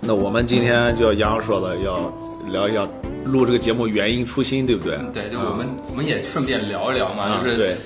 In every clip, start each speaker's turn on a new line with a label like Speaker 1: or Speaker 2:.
Speaker 1: 那我们今天就杨洋说的要聊一下录这个节目原因初心，对不对？
Speaker 2: 对，就我们、我们也顺便聊一聊嘛，
Speaker 1: 嗯啊
Speaker 2: 就是
Speaker 1: 对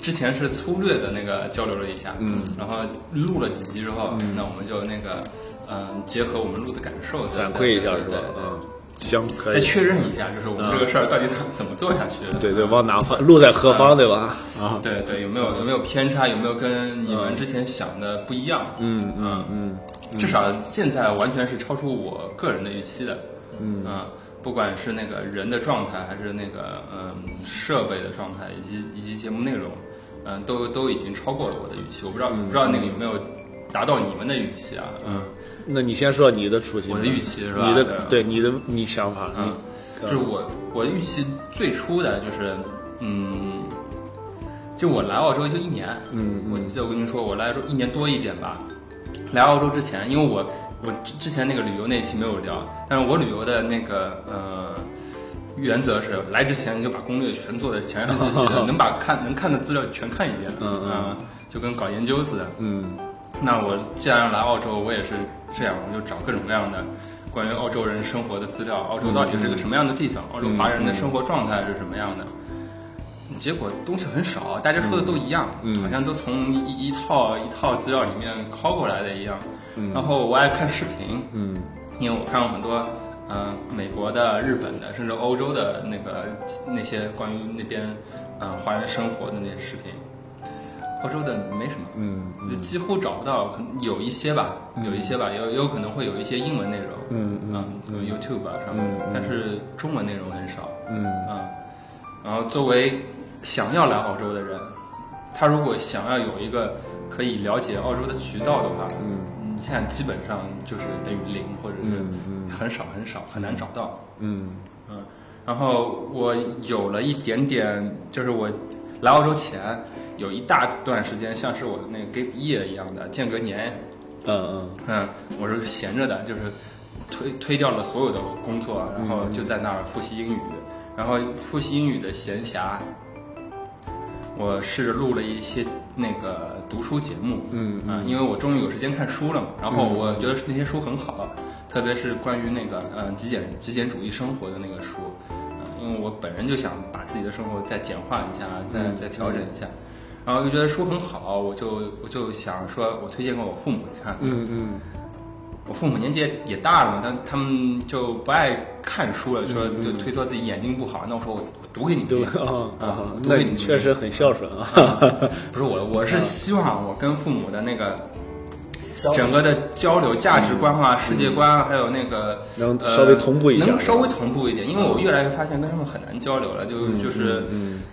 Speaker 2: 之前是粗略的那个交流了一下，嗯，然后录了几集之后，那我们就那个嗯、结合我们录的感受再
Speaker 1: 反馈一下
Speaker 2: 再
Speaker 1: 是吧
Speaker 2: 对对？
Speaker 1: 嗯，行，可
Speaker 2: 再
Speaker 1: 以。
Speaker 2: 确认一下，就是我们这个事儿到底怎怎么做下去的？
Speaker 1: 对对，往哪方路在何方，对吧？啊，
Speaker 2: 对对，有没有有没有偏差？有没有跟你
Speaker 1: 嗯
Speaker 2: 们之前想的不一样？嗯嗯嗯，至少现在完全是超出我个人的预期的。嗯不管是那个人的状态，还是那个嗯设备的状态，以及以及节目内容，嗯，都都已经超过了我的预期。我不知道、不知道那个有没有达到你们的预期啊？嗯，
Speaker 1: 那你先说你的初心吧，
Speaker 2: 我的预期是吧
Speaker 1: 你的对
Speaker 2: 对
Speaker 1: 你的你想法，
Speaker 2: 嗯
Speaker 1: 你
Speaker 2: 就是我我预期最初的就是，嗯，就我来澳洲就一年，嗯，我记得我跟你说我来澳洲一年多一点吧。来澳洲之前，因为我我之之前那个旅游那期没有聊，但是我旅游的那个呃原则是来之前就把攻略全做的详 详细细的，能把看能看的资料全看一遍，
Speaker 1: 嗯嗯
Speaker 2: 啊就跟搞研究似的，
Speaker 1: 嗯
Speaker 2: 那我既然来澳洲，我也是这样，我就找各种各样的关于澳洲人生活的资料，澳洲到底是个什么样的地方，澳洲华人的生活状态是什么样的。结果东西很少，大家说的都一样，好像都从一一套一套资料里面拷过来的一样。然后我爱看视频，
Speaker 1: 嗯
Speaker 2: 因为我看过很多，呃，美国的、日本的，甚至欧洲的那个那些关于那边，嗯、华人生活的那些视频。澳洲的没什么，
Speaker 1: 嗯，
Speaker 2: 就几乎找不到，可能有一些吧，有一些吧，有有可能会有一些英文内容，
Speaker 1: 嗯
Speaker 2: 嗯，YouTube 啊上面，但是中文内容很少，
Speaker 1: 嗯
Speaker 2: 啊、然后作为想要来澳洲的人，他如果想要有一个可以了解澳洲的渠道的话，嗯，现在基本上就是等于零，或者
Speaker 1: 嗯
Speaker 2: 是很少很少，很难找到。
Speaker 1: 嗯
Speaker 2: 嗯，然后我有了一点点，就是我来澳洲前有一大段时间，像是我的那个 gap year 一样的间隔年，
Speaker 1: 嗯嗯
Speaker 2: 嗯，我是闲着的，就是推推掉了所有的工作，然后就在那儿复习英语，然后复习英语的闲暇，我试着录了一些那个读书节目，
Speaker 1: 嗯
Speaker 2: 嗯，因为我终于有时间看书了嘛，然后我觉得那些书很好，啊特别是关于那个嗯、呃极简极简主义生活的那个书，嗯，因为我本人就想把自己的生活再简化一下，再再调整一下。然后就觉得书很好，我就我就想说，我推荐给我父母看。
Speaker 1: 嗯嗯
Speaker 2: 我父母年纪也也大了嘛，但他们就不爱看书了，说就推脱自己眼睛不好。那我说我我读给你
Speaker 1: 对，
Speaker 2: 听
Speaker 1: 啊啊
Speaker 2: 啊，，读
Speaker 1: 那
Speaker 2: 给你
Speaker 1: 你
Speaker 2: 听
Speaker 1: 确实很孝顺啊，
Speaker 2: 不是我，我是希望我跟父母的那个整个的交流、价值观啊、世界观啊，还有那个
Speaker 1: 能
Speaker 2: 呃
Speaker 1: 稍微同步一下
Speaker 2: 能稍微同步一点，因为我越来越发现跟他们很难交流了，
Speaker 1: 嗯
Speaker 2: 就就是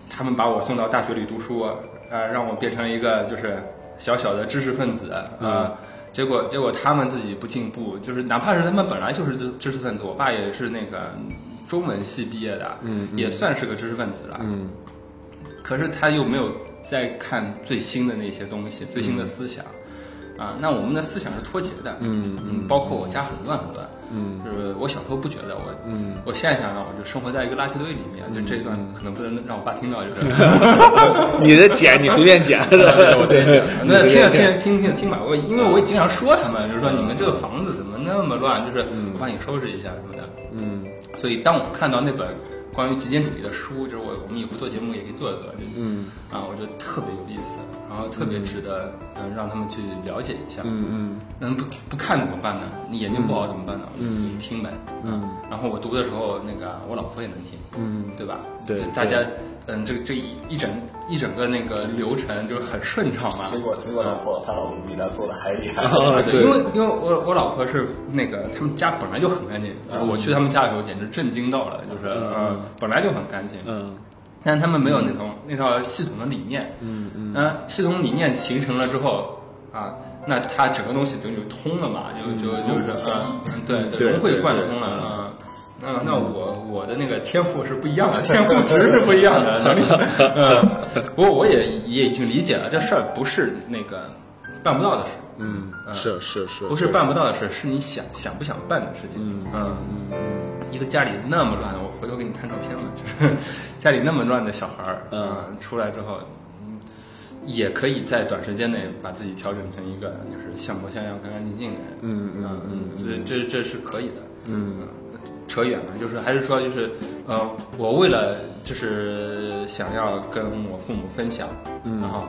Speaker 2: 他们把我送到大学里读书，呃，让我变成一个就是小小的知识分子，
Speaker 1: 嗯
Speaker 2: 呃。结果，结果他们自己不进步，就是哪怕是他们本来就是知知识分子，我爸也是那个中文系毕业的，嗯，也算是个知识分子了，
Speaker 1: 嗯
Speaker 2: 可是他又没有在看最新的那些东西，最新的思想。啊，那我们的思想是脱节的，嗯嗯，包括我家很乱很乱，嗯，就是我小时候不觉得我，嗯，我现在想想，我就生活在一个垃圾堆里面，就这一段可能不能让我爸听到，就是，
Speaker 1: 你这剪你随便剪，
Speaker 2: 我对
Speaker 1: 对，
Speaker 2: 那
Speaker 1: 你随
Speaker 2: 听着
Speaker 1: 便剪
Speaker 2: 听着听着听着听吧，我因为我也经常说他们，就是说你们这个房子怎么那么乱，就是我帮你收拾一下什么的，
Speaker 1: 嗯
Speaker 2: 所以当我看到那本关于极简主义的书，就是我我们以后做节目也可以做一个，嗯，啊，我觉得特别有意思，然后特别值得嗯、让他们去了解一下，嗯
Speaker 1: 嗯
Speaker 2: 嗯，不不看怎么办呢？你眼睛不好怎么办呢？嗯，听呗，
Speaker 1: 嗯
Speaker 2: 然后我读的时候，那个我老婆也能听，
Speaker 1: 嗯，
Speaker 2: 对吧？
Speaker 1: 对
Speaker 2: 就
Speaker 1: 对
Speaker 2: 大家嗯，这这一一整一整个那个流程就是很顺畅嘛，
Speaker 3: 经过经过老婆，他老公比他做的还厉 害。
Speaker 1: 啊
Speaker 2: 嗯对，因
Speaker 1: 对
Speaker 2: 为因为我我老婆是那个他们家本来就很干净，就是我去他们家的时候简直震惊到了，就是、呃本来就很干净，
Speaker 1: 嗯
Speaker 2: 但他们没有那种那套系统的理念，嗯嗯，系统理念形成了之后啊，那它整个东西等于就通了嘛，就就就是嗯嗯对
Speaker 1: 对
Speaker 2: 融会
Speaker 1: 对
Speaker 2: 贯
Speaker 1: 对
Speaker 2: 通了啊。嗯，那我我的那个天赋是不一样的，天赋值是不一样的能力。嗯，不过我也也已经理解了，这事儿不是那个办不到的事，
Speaker 1: 嗯，是是是，
Speaker 2: 不是办不到的事，是你想想不想办的事情。嗯，一个家里那么乱的，我回头给 你看照片吧，就是家里那么乱的小孩儿，啊
Speaker 1: 嗯
Speaker 2: 嗯，出来之后，嗯也可以在短时间内把自己调整成一个就是像模像样、干干净净的人。啊
Speaker 1: 嗯嗯嗯
Speaker 2: 这这这是可以的。嗯，扯远了，就是还是说就是，呃，我为了就是想要跟我父母分享，然后，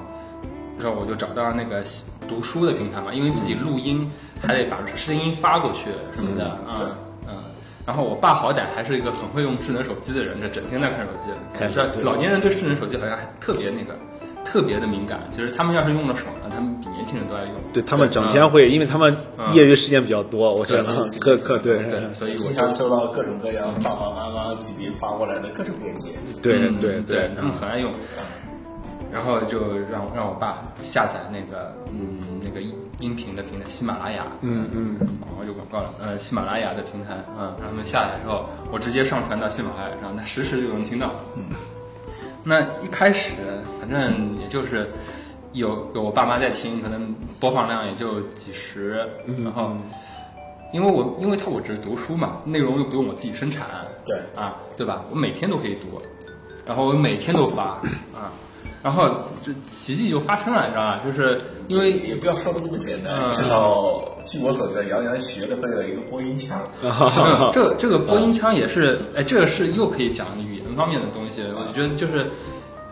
Speaker 2: 然后我就找到那个读书的平台嘛，因为自己录音还得把声音发过去什么的啊。嗯然后我爸好歹还是一个很会用智能手机的人，这整天在看手机。
Speaker 1: 看
Speaker 2: 是吧老年人对智能手机好像还特别那个，特别的敏感。其实他们要是用了手呢，他们比年轻人都爱用。
Speaker 1: 对他们整天会，因为他们业余时间比较多，我觉得 可
Speaker 2: 对
Speaker 1: 可对
Speaker 2: 对，所以我
Speaker 3: 经常收到各种各样爸爸妈妈级别发过来的各种链接，
Speaker 1: 对
Speaker 2: 嗯
Speaker 1: 对
Speaker 2: 对
Speaker 1: 对，，
Speaker 2: 他们很爱用。然后就让让我爸下载那个嗯那个音音频的平台喜马拉雅，嗯嗯，广告就广告了，呃喜马拉雅的平台，嗯，然后他们下载之后，我直接上传到喜马拉雅上，那实时就能听到。嗯，那一开始反正也就是有有我爸妈在听，可能播放量也就几十，然后因为我因为他我只是读书嘛，内容又不用我自己生产，
Speaker 3: 对
Speaker 2: 啊，对吧？我每天都可以读，然后我每天都发啊，然后这奇迹就发生了，你知道吧？就是因为
Speaker 3: 也不要说的那么简单。
Speaker 2: 嗯
Speaker 3: 至少据我所知，杨洋学的会有一个播音腔，
Speaker 1: 嗯
Speaker 2: 这个这个播音腔也是，哎，这个是又可以讲语言方面的东西。我觉得就是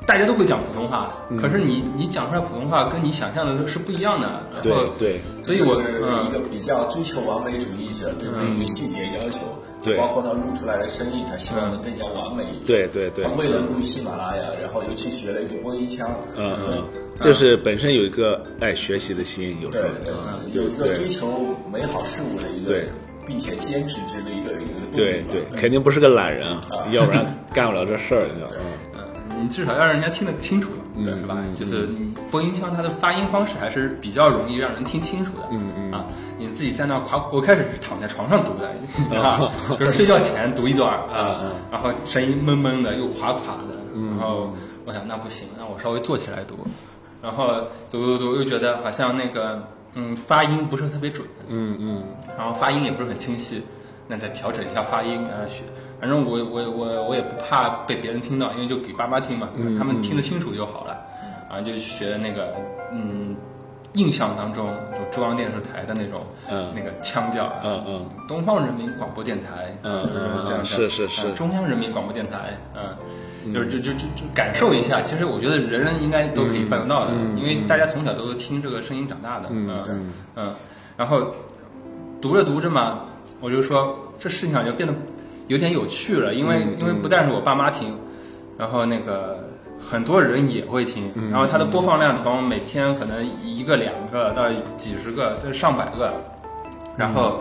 Speaker 2: 大家都会讲普通话，
Speaker 1: 嗯
Speaker 2: 可是你你讲出来普通话跟你想象的是不一样的。然后
Speaker 1: 对，对，
Speaker 2: 所以我
Speaker 3: 就是一
Speaker 2: 嗯
Speaker 3: 个比较追求完美主义者对每个细节要求，
Speaker 1: 嗯对
Speaker 3: 包括他录出来的声音，他希望能更加完美。
Speaker 1: 对对对
Speaker 3: 他，为了录喜马拉雅，然后又去学了一个播音腔，
Speaker 1: 嗯嗯，就是本身有一个爱学习的心，有时
Speaker 3: 对
Speaker 1: 候，
Speaker 3: 对
Speaker 1: 嗯，
Speaker 3: 有一个
Speaker 1: 对
Speaker 3: 追求美好事物的一个，
Speaker 1: 对，
Speaker 3: 并且坚持之的一个一个动
Speaker 1: 对
Speaker 3: 力吧
Speaker 1: 对，肯定不是个懒人，啊 要不然干不了这事儿，你知道吗？
Speaker 2: 嗯，你至少要让人家听得清楚，是吧？就是你播音腔它的发音方式还是比较容易让人听清楚的。嗯嗯啊，你自己在那夸，我开始是躺在床上读的， 啊，就是睡觉前读一段儿啊，然后声音闷闷的又垮垮的，然后我想那不行，那我稍微坐起来读，然后读读读又觉得好像那个嗯发音不是特别准，
Speaker 1: 嗯嗯
Speaker 2: 然后发音也不是很清晰，那再调整一下发音，呃，学，反正我我我我也不怕被别人听到，因为就给爸妈听嘛，
Speaker 1: 嗯
Speaker 2: 他们听得清楚就好了，然后就学那个嗯，印象当中就中央电视台的那种、
Speaker 1: 嗯
Speaker 2: 那个腔调，啊
Speaker 1: 嗯嗯，
Speaker 2: 东方人民广播电台，
Speaker 1: 嗯
Speaker 2: 就是
Speaker 1: 嗯
Speaker 2: 这样的，
Speaker 1: 是是是
Speaker 2: 呃中央人民广播电台，嗯，就是这这这这感受一下，其实我觉得人人应该都可以办得到的，
Speaker 1: 嗯
Speaker 2: 因为大家从小都听这个声音长大的，嗯嗯然后读着读着嘛，我就说这事情好像就变得有点有趣了，因为
Speaker 1: 嗯
Speaker 2: 因为不但是我爸妈听，然后那个。很多人也会听，
Speaker 1: 嗯
Speaker 2: 然后它的播放量从每天可能一个、两个到几十个，到上百个，然后，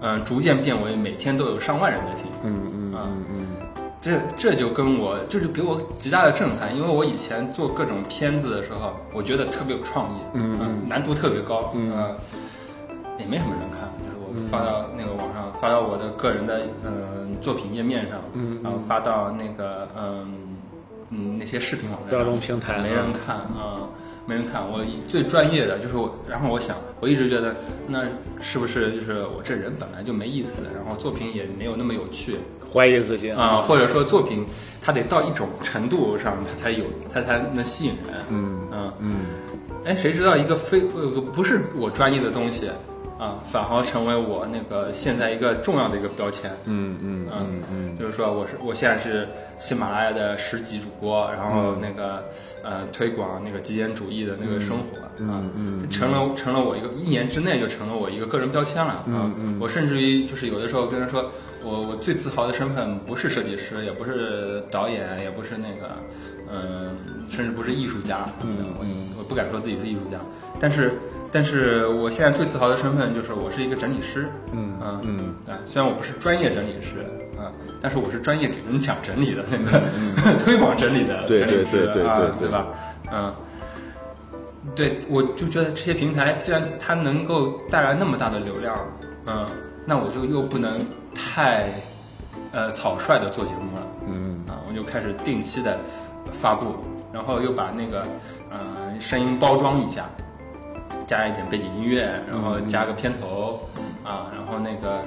Speaker 2: 嗯、逐渐变为每天都有上万人在听，嗯嗯啊嗯，这这就跟我这就给我极大的震撼，因为我以前做各种片子的时候，我觉得特别有创意，嗯难度特别高，嗯、也没什么人看，就是我发到那个网上，发到我的个人的嗯、作品页面上，嗯，然后发到那个嗯嗯那些视频网站上，
Speaker 1: 大众平台
Speaker 2: 没人看啊、没人看。我一最专业的就是我，然后我想，我一直觉得那是不是就是我这人本来就没意思，然后作品也没有那么有趣
Speaker 1: 怀疑自己啊，
Speaker 2: 啊、或者说作品它得到一种程度上，它才有它才能吸引人。嗯嗯嗯。哎，谁知道一个非呃不是我专业的东西啊，反而成为我那个现在一个重要的一个标签。
Speaker 1: 嗯嗯
Speaker 2: 嗯，嗯，就是说我是我现在是喜马拉雅的十级主播，然后那个、呃推广那个极简主义的那个生活，嗯嗯，成了成了我一个一年之内就成了我一个个人标签了啊、我甚至于就是有的时候跟人说。我我最自豪的身份不是设计师，也不是导演，也不是那个，嗯，甚至不是艺术家，嗯，我我不敢说自己是艺术家，但是但是我现在最自豪的身份就是我是一个整理师，嗯嗯啊，虽然我不是专业整理师啊，但是我是专业给人讲整理的那个、 推广整理的
Speaker 1: 嗯对
Speaker 2: 整理师
Speaker 1: 对对对
Speaker 2: 啊
Speaker 1: 对对
Speaker 2: 对吧？嗯，对，我就觉得这些平台既然它能够带来那么大的流量，嗯，那我就又不能太呃草率的做节目了，嗯啊，我就开始定期的发布，然后又把那个呃声音包装一下，加一点背景音乐，然后加个片头，啊，然后那个，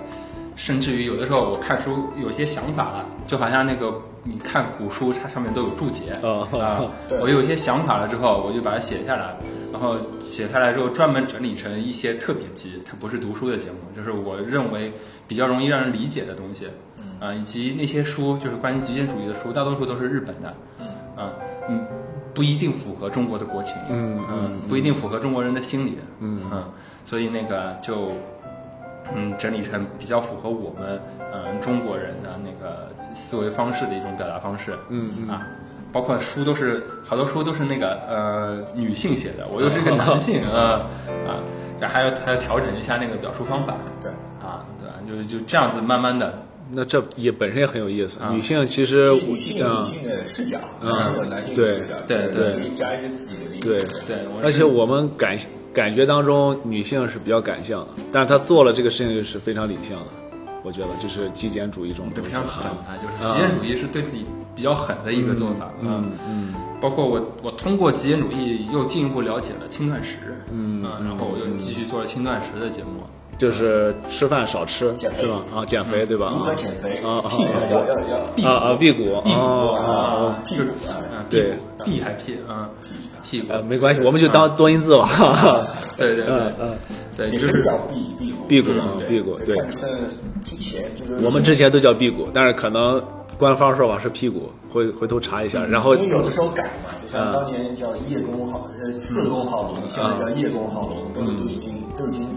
Speaker 2: 甚至于有的时候我看书有些想法了，就好像那个你看古书，它上面都有注解
Speaker 1: 哦
Speaker 2: 啊。
Speaker 3: 对
Speaker 2: 我有一些想法了之后，我就把它写下来，然后写下来之后专门整理成一些特别集，它不是读书的节目，就是我认为比较容易让人理解的东西。
Speaker 3: 嗯
Speaker 2: 啊，以及那些书，就是关于极简主义的书，大多数都是日本的，
Speaker 3: 嗯
Speaker 2: 啊，嗯，不一定符合中国的国情，
Speaker 1: 嗯
Speaker 2: 嗯，不一定符合中国人的心理，
Speaker 1: 嗯
Speaker 2: 所以那个就，嗯，整理成比较符合我们嗯中国人的那个思维方式的一种表达方式，
Speaker 1: 嗯嗯
Speaker 2: 啊，包括书都是好多书都是那个呃女性写的，我又是一个男 性，啊啊，然后还要还要调整一下那个表述方法，
Speaker 3: 对，
Speaker 2: 啊，对吧？就是就这样子慢慢的。
Speaker 1: 那这也本身也很有意思。
Speaker 2: 啊
Speaker 1: 女性其实，
Speaker 3: 女性有女性的视角，
Speaker 1: 嗯
Speaker 3: 男性有男性的视角，
Speaker 2: 对
Speaker 3: 就是
Speaker 1: 对
Speaker 3: 可以加一些自己的理解
Speaker 1: 对，
Speaker 2: 对，我
Speaker 1: 而
Speaker 2: 是
Speaker 1: 且我们感感觉当中，女性是比较感性的，但是她做了这个事情是非常理性的。我觉得这是极简主义中的
Speaker 2: 对
Speaker 1: 东
Speaker 2: 非
Speaker 1: 西
Speaker 2: 常狠啊，就是极简主义是对自己比较狠的一个做法啊。
Speaker 1: 嗯嗯
Speaker 2: 包括我，我通过极简主义又进一步了解了轻断食，嗯，然后我又继续做了轻断食的节目。
Speaker 1: 就是吃饭少吃，
Speaker 3: 减肥
Speaker 1: 对吧？啊，减
Speaker 2: 嗯
Speaker 1: 肥对吧？
Speaker 3: 如何减肥，
Speaker 1: 啊啊
Speaker 3: 屁股要要要
Speaker 2: 屁股
Speaker 1: 啊啊，辟谷
Speaker 2: 辟谷
Speaker 1: 啊，啊
Speaker 3: 啊，屁股
Speaker 2: 啊，屁
Speaker 1: 对
Speaker 2: 股屁还屁啊，屁股
Speaker 1: 呃，，没关系，我们就
Speaker 2: 嗯
Speaker 1: 当多音字吧。哈哈
Speaker 2: 对对对
Speaker 1: 嗯嗯，
Speaker 2: 对，
Speaker 3: 你
Speaker 2: 就
Speaker 3: 这
Speaker 2: 是
Speaker 3: 叫辟辟
Speaker 1: 辟谷
Speaker 3: 谷，
Speaker 1: 啊
Speaker 3: 嗯对
Speaker 1: 辟谷对
Speaker 3: 但是之前就是
Speaker 1: 我们之前都叫辟谷，但是可能官方说法是辟谷，回回头查一
Speaker 2: 嗯
Speaker 1: 下。然后
Speaker 3: 因为有的时候改嘛，就像当年叫叶公好，呃，四公好龙，现在
Speaker 1: 嗯
Speaker 3: 叫叶公好龙，都都已经都已经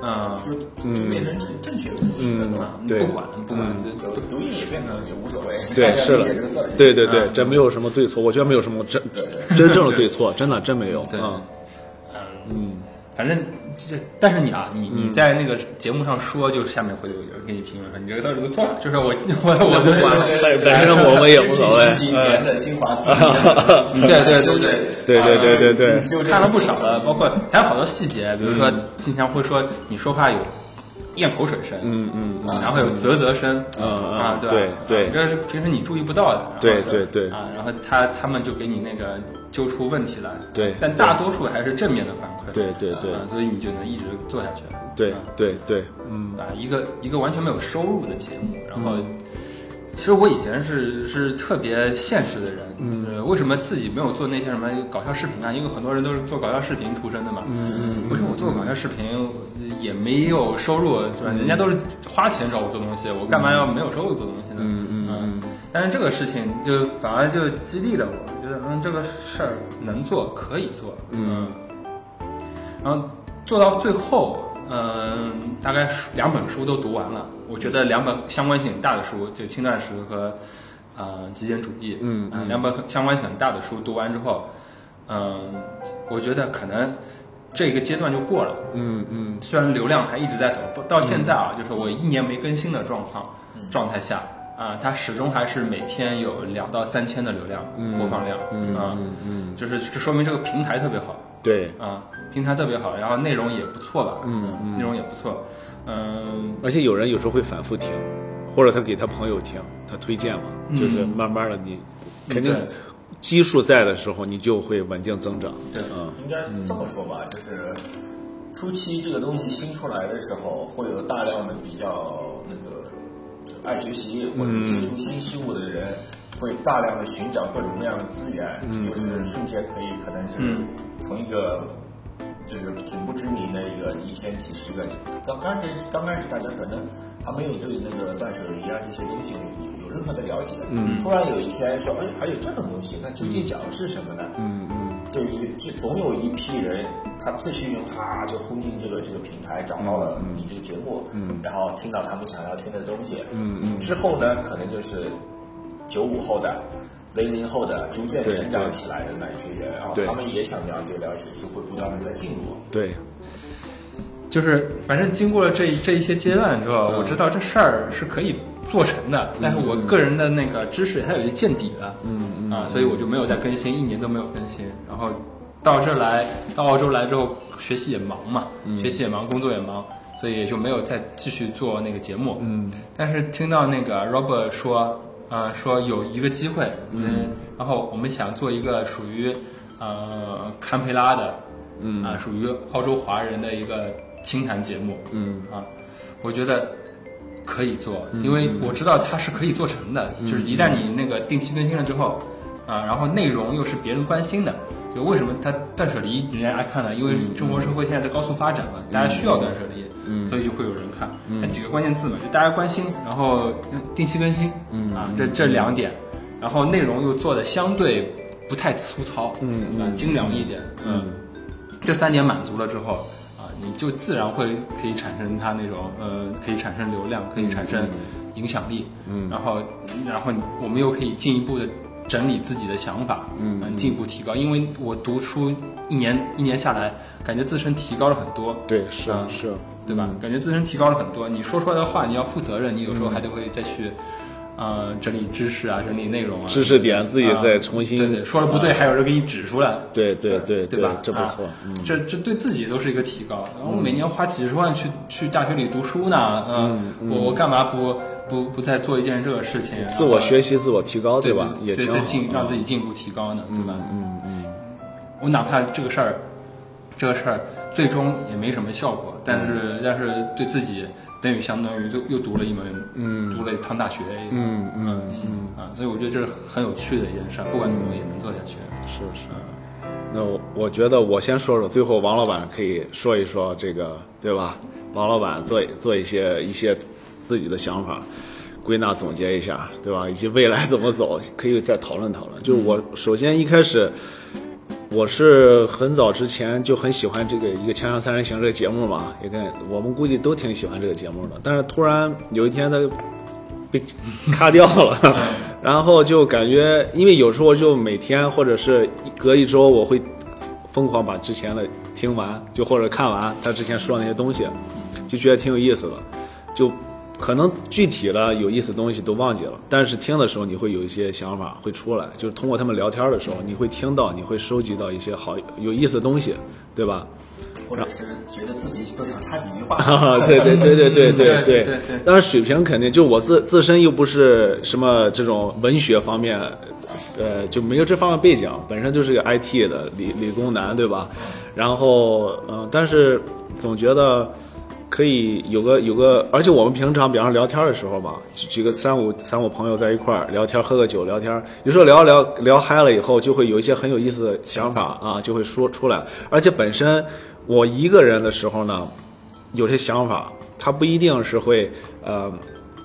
Speaker 2: 嗯，
Speaker 3: 就就变成正正确的读
Speaker 1: 嗯
Speaker 3: 音了，对吧？
Speaker 1: 对嗯
Speaker 2: 不管不管，就
Speaker 3: 就读音也变得也无所谓，
Speaker 1: 对，
Speaker 3: 大家
Speaker 1: 是
Speaker 3: 理
Speaker 1: 的
Speaker 3: 解这个字儿就行，
Speaker 1: 对对
Speaker 2: 嗯
Speaker 1: 对，这没有什么对错，我觉得没有什么真真正的对错，真的真没有。
Speaker 2: 对
Speaker 1: 嗯嗯
Speaker 2: 嗯，反正这，但是你啊，你你在那个节目上说，就是下面会有人给你评论说你这个字儿读错了，就是啊我我 我
Speaker 1: 不管了本本身我们也无所谓嗯
Speaker 3: 十几年的新华字
Speaker 2: 对
Speaker 3: 典，
Speaker 2: 对
Speaker 3: 修正
Speaker 1: 对对对对对嗯
Speaker 3: 就
Speaker 2: 看了不少了，包括还有好多细节，比如说经常会说你说话有咽口水声，
Speaker 1: 嗯嗯，
Speaker 2: 啊然后有啧啧声，
Speaker 1: 嗯嗯
Speaker 2: 啊，吧
Speaker 1: 对对
Speaker 2: 啊这是平时你注意不到的，
Speaker 1: 对
Speaker 2: 啊
Speaker 1: 对对
Speaker 2: 啊，然后他他们就给你那个揪出问题来，
Speaker 1: 对
Speaker 2: 但大多数还是正面的反馈，
Speaker 1: 对对对
Speaker 2: 啊所以你就能一直做下去，
Speaker 1: 对
Speaker 2: 啊
Speaker 1: 对对，嗯
Speaker 2: 啊，一个一个完全没有收入的节目，然后。其实我以前是是特别现实的人，嗯，为什么自己没有做那些什么搞笑视频啊？因为很多人都是做搞笑视频出身的嘛，嗯嗯，为什么我做搞笑视频也没有收入，是吧？人家都是花钱找我做东西，我干嘛要没有收入做东西呢？嗯嗯但是这个事情就反而就激励了我，觉得嗯这个事儿能做可以做，嗯，然后做到最后，嗯、大概书两本书都读完了。我觉得两本相关性很大的书，就《轻断食》和呃《极简主义》，
Speaker 1: 嗯
Speaker 2: 啊两本很相关性很大的书读完之后，嗯、我觉得可能这个阶段就过了。
Speaker 1: 嗯嗯
Speaker 2: 虽然流量还一直在走，不到现在啊，就是我一年没更新的状况
Speaker 1: 嗯
Speaker 2: 状态下啊，它始终还是每天有两到三千的流量、播放量，
Speaker 1: 嗯
Speaker 2: 啊，
Speaker 1: 嗯嗯，
Speaker 2: 就是这说明这个平台特别好。
Speaker 1: 对，
Speaker 2: 啊，平台特别好，然后内容也不错吧，嗯，内容也不错，嗯，
Speaker 1: 而且有人有时候会反复听，或者他给他朋友听，他推荐嘛，就是慢慢的你肯定
Speaker 2: 对
Speaker 1: 基数在的时候，你就会稳定增长。
Speaker 2: 对
Speaker 1: 嗯
Speaker 3: 应该这么说吧，就是初期这个东西新出来的时候，会有大量的比较那个就爱学习或者接触新事物的人，会大量的寻找各种各样的资源，这就是瞬间可以可能是
Speaker 2: 嗯
Speaker 3: 从一个。就是挺不知名的一个一天几十个，刚刚开始刚开始大家可能还没有对那个断舍离啊这些东西有有任何的了解，嗯，突然有一天说，哎，还有这种东西，那究竟讲的是什么呢？
Speaker 1: 嗯嗯，
Speaker 3: 就一就总有一批人，他自信运啪就轰进这个这个平台，找到了你这个节目，嗯，然后听到他们想要听的东西，嗯嗯，之后呢，可能就是九五后的、零零后的逐渐
Speaker 1: 对
Speaker 3: 成长起来的那一批人，然后
Speaker 1: 对
Speaker 3: 他们也想了解了解，就会不断的在进入。
Speaker 1: 对，
Speaker 2: 就是反正经过了这这一些阶段之后，我知道这事儿是可以做成的，但是我个人的那个知识它有些见底了，嗯嗯，啊，所以我就没有再更新，一年都没有更新，然后到这儿来，到澳洲来之后，学习也忙嘛，学习也忙，工作也忙。所以也就没有再继续做那个节目，嗯，但是听到那个 Robert 说，呃，说有一个机会，嗯，然后我们想做一个属于呃堪培拉的，嗯啊，属于澳洲华人的一个清谈节目，嗯啊，我觉得嗯可以做，因为我知道它是可以做成的。就是一旦你那个定期更新了之后，啊、然后内容又是别人关心的，就为什么它断舍离人家爱看呢？因为中国社会现在在高速发展嘛，大家需要断舍离，所以就会有人看。那、几个关键字嘛，就大家关心，然后定期更新，啊，这这两点，然后内容又做的相对不太粗糙，
Speaker 1: 嗯嗯
Speaker 2: 啊，精良一点，嗯这三点满足了之后啊，你就自然会可以产生它那种呃，可以产生流量，可以产生影响力，嗯，然后然后你我们又可以进一步的整理自己的想法，
Speaker 1: 嗯
Speaker 2: 呃进一步提高，因为我读书一年一年下来，感觉自身提高了很多，
Speaker 1: 对，嗯是
Speaker 2: 啊
Speaker 1: 是，
Speaker 2: 对吧？感觉自身提高了很多，你说出来的话你要负责任，你有时候还得会再去。呃，整理知识啊，整理内容啊，
Speaker 1: 嗯知识点自己
Speaker 2: 啊
Speaker 1: 再重新啊
Speaker 2: 对对，说了不对，还有人给你指出来，
Speaker 1: 对对对
Speaker 2: 对吧？
Speaker 1: 这不错嗯
Speaker 2: 啊。这这对自己都是一个提高。然后我每年花几十万去去大学里读书呢，嗯，我我干嘛不不不再做一件这个事情？
Speaker 1: 自我学
Speaker 2: 习
Speaker 1: 习、自我提高，
Speaker 2: 对
Speaker 1: 吧？也
Speaker 2: 再
Speaker 1: 挺
Speaker 2: 再进
Speaker 1: 好嗯
Speaker 2: 让
Speaker 1: 的。
Speaker 2: 自己进一步提高呢，对吧？嗯嗯。我哪怕这个事儿，这个事儿最终也没什么效果，但
Speaker 1: 嗯
Speaker 2: 是但是对自己等于相当于就又读了一门，嗯，读了一趟大学，
Speaker 1: 嗯嗯，
Speaker 2: 嗯啊，所以我觉得这是很有趣的一件事儿，不管怎么也能做下去。
Speaker 1: 是是。嗯那我我觉得我先说说，最后王老板可以说一说这个，对吧？王老板做做一些一些自己的想法，归纳总结一下，对吧？以及未来怎么走，可以再讨论讨论。就是我首先一开始，我是很早之前就很喜欢这个一个《锵锵三人行》这个节目嘛，也跟我们估计都挺喜欢这个节目的。但是突然有一天，他被 卡掉了，然后就感觉，因为有时候就每天或者是隔一周，我会疯狂把之前的听完，就或者看完他之前说的那些东西，就觉得挺有意思的，就可能具体的有意思的东西都忘记了，但是听的时候你会有一些想法会出来，就是通过他们聊天的时候，你会听到，你会收集到一些好有意思的东西，对吧？
Speaker 3: 或者是觉得自己都想插几句话。
Speaker 1: 啊， 对对对对对对
Speaker 2: 对对对对
Speaker 1: 当然水平肯定就我自自身又不是什么这种文学方面，呃，就没有这方面背景，本身就是个 IT 的理理工男，对吧？然后嗯、呃但是总觉得可以有个有个，而且我们平常比方说聊天的时候嘛，几几个三五三五朋友在一块儿聊天，喝个酒聊天，有时候聊聊聊嗨了以后，就会有一些很有意思的想法啊，就会说出来。而且本身我一个人的时候呢，有些想法，它不一定是会呃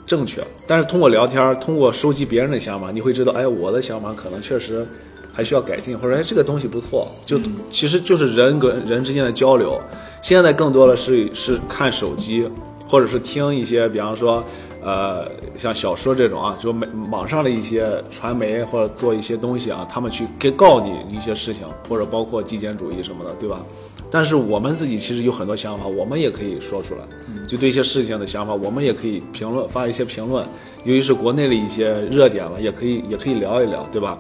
Speaker 1: 正确，但是通过聊天儿，通过收集别人的想法，你会知道，哎，我的想法可能确实还需要改进，或者哎这个东西不错，就、其实就是人跟人之间的交流。现在更多的是是看手机，或者是听一些，比方说。呃，像小说这种啊，就媒网上的一些传媒或者做一些东西啊，他们去给告你一些事情，或者包括极简主义什么的，对吧？但是我们自己其实有很多想法，我们也可以说出来，就对一些事情的想法，我们也可以评论，发一些评论，由于是国内的一些热点了，也可以也可以聊一聊，对吧？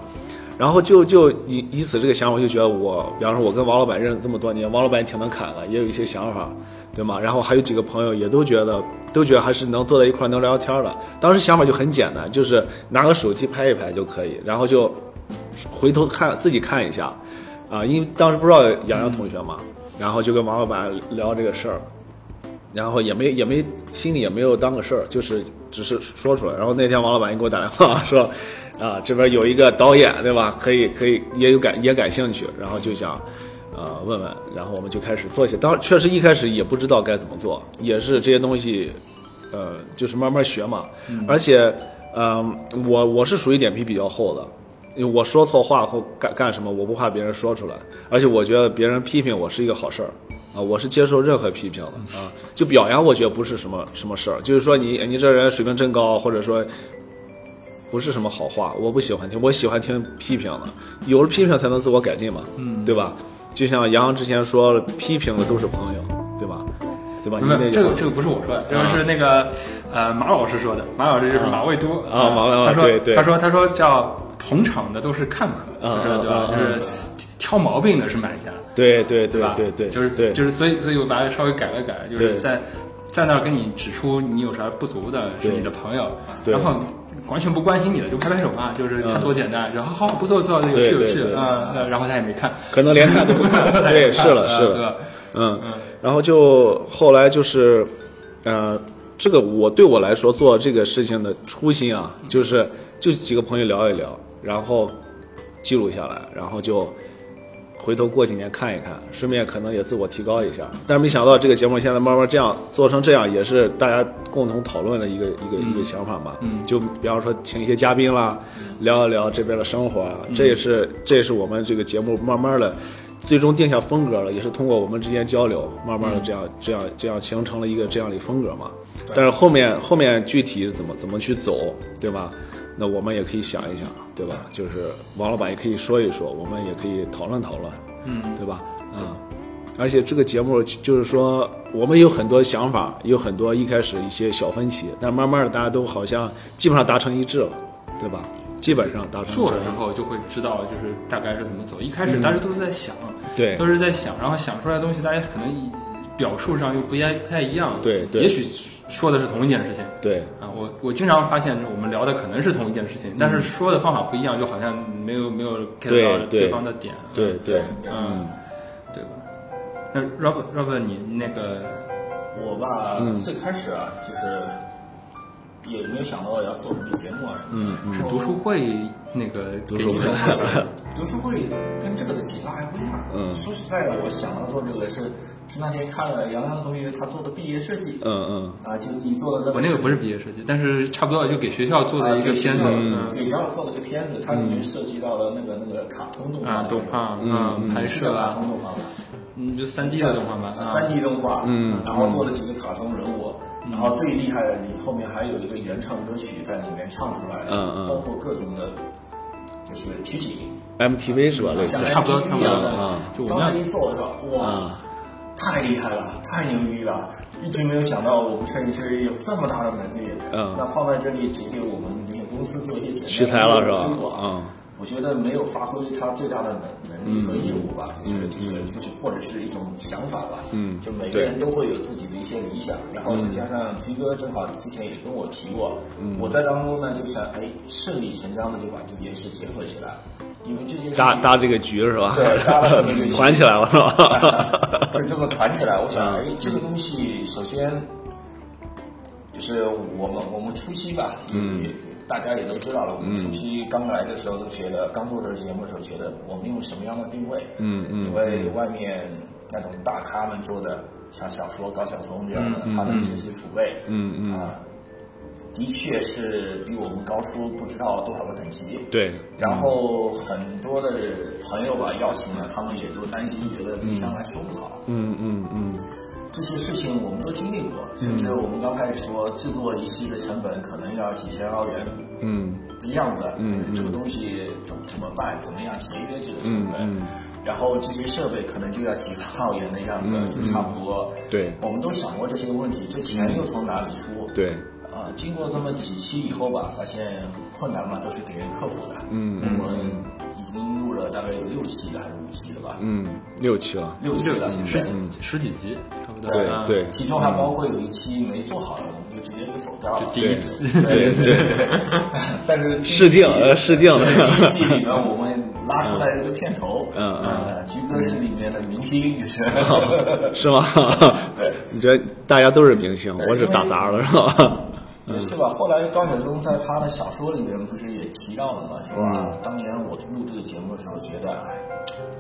Speaker 1: 然后就就以以此这个想法，我就觉得我，比方说，我跟王老板认识这么多年，王老板也挺能侃的，也有一些想法，对吗？然后还有几个朋友也都觉得，都觉得还是能坐在一块儿能聊天儿的。当时想法就很简单，就是拿个手机拍一拍就可以，然后就回头看自己看一下，啊、因为当时不知道洋洋同学嘛，然后就跟王老板聊这个事儿，然后也没也没心里也没有当个事儿，就是只是说出来。然后那天王老板也给我打电话 说，啊，这边有一个导演对吧？可以可以也有感也感兴趣，然后就想。呃，问问，然后我们就开始做起。当然，确实一开始也不知道该怎么做，也是这些东西，呃，就是慢慢学嘛。而且，嗯、我我是属于脸皮比较厚的，因为我说错话或干干什么，我不怕别人说出来。而且我觉得别人批评我是一个好事儿。啊，我是接受任何批评的
Speaker 2: 嗯
Speaker 1: 啊，就表扬我觉得不是什么什么事儿，就是说你你这人水平真高，或者说不是什么好话，我不喜欢听，我喜欢听批评的，有了批评才能自我改进嘛，嗯，对吧？就像杨洋之前说了，批评的都是朋友，对吧？对吧？你
Speaker 2: 没
Speaker 1: 那
Speaker 2: 有，
Speaker 1: 句
Speaker 2: 这
Speaker 1: 话
Speaker 2: 个这个不是我说的，这个是那个呃马老师说的。马老师就是马未都
Speaker 1: 啊啊马未
Speaker 2: 他说
Speaker 1: 对对
Speaker 2: 他说他说叫捧场的都是看客，
Speaker 1: 啊
Speaker 2: 就是对
Speaker 1: 啊
Speaker 2: 吧
Speaker 1: 啊？
Speaker 2: 就是挑毛病的是买家，
Speaker 1: 对对对
Speaker 2: 吧？
Speaker 1: 对对，
Speaker 2: 就是
Speaker 1: 对
Speaker 2: 就是，所以所以我把它稍微改了改，就
Speaker 1: 对
Speaker 2: 是在在那儿跟你指出你有啥不足的，是
Speaker 1: 对
Speaker 2: 你的朋友，
Speaker 1: 对
Speaker 2: 然后。完全不关心你了，就拍拍手嘛，就是他
Speaker 1: 嗯
Speaker 2: 多简单。然后好，不错不错，有
Speaker 1: 对
Speaker 2: 趣有
Speaker 1: 对
Speaker 2: 趣
Speaker 1: 对
Speaker 2: 啊，呃然后他也没看，
Speaker 1: 可能连看都不 看，对，是了
Speaker 2: 啊
Speaker 1: 是
Speaker 2: 对
Speaker 1: 了，
Speaker 2: 吧？
Speaker 1: 嗯
Speaker 2: 嗯，
Speaker 1: 然后就后来就是，呃，这个我对我来说做这个事情的初心啊，就是就几个朋友聊一聊，然后记录下来，然后就回头过几年看一看，顺便可能也自我提高一下。但是没想到这个节目现在慢慢这样做成这样，也是大家共同讨论的一个一个一个想法嘛。
Speaker 2: 嗯
Speaker 1: 就比方说请一些嘉宾啦，聊一聊这边的生活啊，这也是这也是我们这个节目慢慢的。最终定下风格了，也是通过我们之间交流，慢慢的这样、
Speaker 2: 嗯
Speaker 1: 这样这样形成了一个这样的风格嘛。但是后面后面具体怎么怎么去走，对吧？那我们也可以想一想，对吧？就是王老板也可以说一说，我们也可以讨论讨论，
Speaker 2: 嗯，
Speaker 1: 对吧？嗯，而且这个节目就是说，我们有很多想法，有很多一开始一些小分歧，但慢慢的大家都好像基本上达成一致了，对吧？基本上达成一致
Speaker 2: 啊做了之后就会知道，就是大概是怎么走。一开始大家都是在想，
Speaker 1: 嗯对
Speaker 2: 都是在想，然后想出来的东西，大家可能表述上又不太不太一样。
Speaker 1: 对对
Speaker 2: 也许说的是同一件事情
Speaker 1: 对
Speaker 2: 啊。我我经常发现，我们聊的可能是同一件事情，但是说的方法不一样，就好像没有没有 get 到
Speaker 1: 嗯对对
Speaker 2: 对方的点。啊
Speaker 1: 对对，
Speaker 2: 嗯，对吧？那 Rob Rob，你那个
Speaker 3: 我吧，最开始啊，就是也没有想到要做什么节目啊什么的。嗯
Speaker 2: 是读书会那个
Speaker 1: 读
Speaker 2: 给
Speaker 1: 书
Speaker 2: 你的
Speaker 1: 会
Speaker 2: 启发
Speaker 3: 读书会跟这个的启发还不一样。
Speaker 1: 嗯
Speaker 3: 说实在的，我想要做这个是是那天看了杨洋同学他做的毕业设计。
Speaker 1: 嗯嗯
Speaker 3: 啊，就你做的
Speaker 2: 我那个不是毕业设计，但是差不多就给学校做的一个
Speaker 1: 啊
Speaker 2: 片子，嗯
Speaker 3: 给杨做的一个片子，它里面涉及到了那个那个卡通动画
Speaker 2: 啊，
Speaker 3: 的
Speaker 2: 动画，嗯，拍
Speaker 3: 是
Speaker 2: 摄
Speaker 3: 卡
Speaker 2: 啊，
Speaker 3: 通动画吧。
Speaker 2: 嗯，就三 D 的动画吧，啊嗯
Speaker 3: 三 D 动画，嗯，然后做了几个卡通人物，然后最厉害的，你后面还有一个原唱歌曲在里面唱出来的，
Speaker 1: 嗯嗯
Speaker 3: 包括各种的，就是取景，
Speaker 1: ，MTV 是吧？类似
Speaker 3: 像，
Speaker 2: 差不多
Speaker 3: MTV
Speaker 2: 差不
Speaker 3: 一
Speaker 2: 多
Speaker 3: 样的
Speaker 1: 嗯
Speaker 2: 就我
Speaker 3: 当时一
Speaker 2: 们
Speaker 3: 做，我操，哇
Speaker 1: 啊，
Speaker 3: 太厉害了，太牛逼了！一直没有想到我们摄影师有这么大的能力，
Speaker 1: 嗯
Speaker 3: 那放在这里只给我们那个公司做一些简单的
Speaker 1: 取材了是吧
Speaker 3: 推广
Speaker 1: 嗯
Speaker 3: 我觉得没有发挥他最大的能能力和义务吧，就是就是就是或者是一种想法吧，
Speaker 1: 嗯
Speaker 3: 就每个
Speaker 1: 对嗯
Speaker 3: 人都会有自己的一些理想，然后再加上皮哥正好之前也跟我提过，我在当中呢就想哎顺理成章的就把这件事结合起来，因为这件事
Speaker 1: 搭
Speaker 3: 情
Speaker 1: 搭这个局是吧
Speaker 3: 对搭了这么一个？局
Speaker 1: 团起来了是吧？
Speaker 3: 就这么谈起来，我想，
Speaker 1: 啊
Speaker 3: 哎，这个东西首先就是我们我们初期吧，嗯，大家也都知道了，我们初期刚来的时候都觉得，刚做这个节目的时候觉得，我们用什么样的定位？
Speaker 1: 嗯嗯
Speaker 3: 因为外面那种大咖们做的，像小说高晓松这样的，他们只是储备，
Speaker 1: 嗯嗯
Speaker 3: 啊，的确是比我们高出不知道多少个等级，
Speaker 1: 嗯对，
Speaker 3: 然后很多的朋友吧邀请了，他们也都担心，觉得自己将来说不好。
Speaker 1: 嗯嗯嗯，
Speaker 3: 这些事情我们都经历过，甚至我们刚开始说制作一期的成本可能要几千澳元，
Speaker 1: 嗯，
Speaker 3: 一样的，嗯，这个东西怎么怎么办，怎么样节约这个成本，
Speaker 1: 嗯嗯
Speaker 3: 然后这些设备可能就要几万澳元的样子，就差不多。
Speaker 1: 嗯对
Speaker 3: 我们都想过这些问题，这钱又从哪里出？
Speaker 1: 对，
Speaker 3: 啊，经过这么几期以后吧，发现困难嘛都是别人克服的。
Speaker 1: 嗯
Speaker 3: 我们已经录了大概有六期了还是五期了吧？
Speaker 1: 嗯，六期了，
Speaker 3: 六期
Speaker 2: 六
Speaker 3: 了，
Speaker 2: 集十几十几集，差不多，
Speaker 1: 对
Speaker 2: 啊
Speaker 1: 对
Speaker 3: 其中还包括有一期没做好的，我们就直接给否掉了。
Speaker 2: 第一期，
Speaker 1: 对对，
Speaker 3: 但是第一
Speaker 1: 试镜
Speaker 3: 季
Speaker 1: 呃试镜
Speaker 3: 对第一季里面我们拉出来一个片头，
Speaker 1: 嗯嗯
Speaker 3: 呃，菊哥是里面的明星， 就是。
Speaker 1: 是吗？ 你觉得大家都是明星，我只打杂了是吧？
Speaker 3: 也是吧？后来高晓松在他的小说里面不是也提到了嘛，说啊，
Speaker 2: 嗯
Speaker 3: 当年我录这个节目的时候，觉得哎，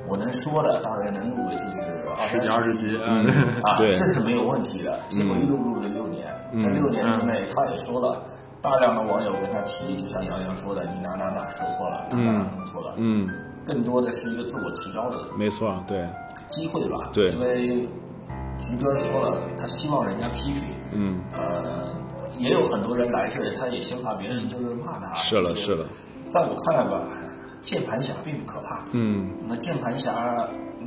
Speaker 3: 我能说的大概能录个就是二
Speaker 2: 十几嗯二十集，啊，
Speaker 3: 啊，
Speaker 1: 对
Speaker 3: 这是没有问题的。结果一路录了六年，
Speaker 2: 嗯
Speaker 3: 在六年之内，他也说了，大量的网友跟他提，就像杨洋说的，你哪哪哪说错了，哪哪哪弄错了，
Speaker 1: 嗯，
Speaker 3: 更多的是一个自我提高的
Speaker 1: 没错，对，
Speaker 3: 机会吧。
Speaker 1: 对
Speaker 3: 因为菊哥说了，他希望人家批评。
Speaker 1: 嗯，
Speaker 3: 呃，也有很多人来这儿，他也生怕别人就是骂他。
Speaker 1: 是了
Speaker 3: 就是
Speaker 1: 了。
Speaker 3: 在我看来吧，键盘侠并不可怕。
Speaker 1: 嗯，
Speaker 3: 那键盘侠，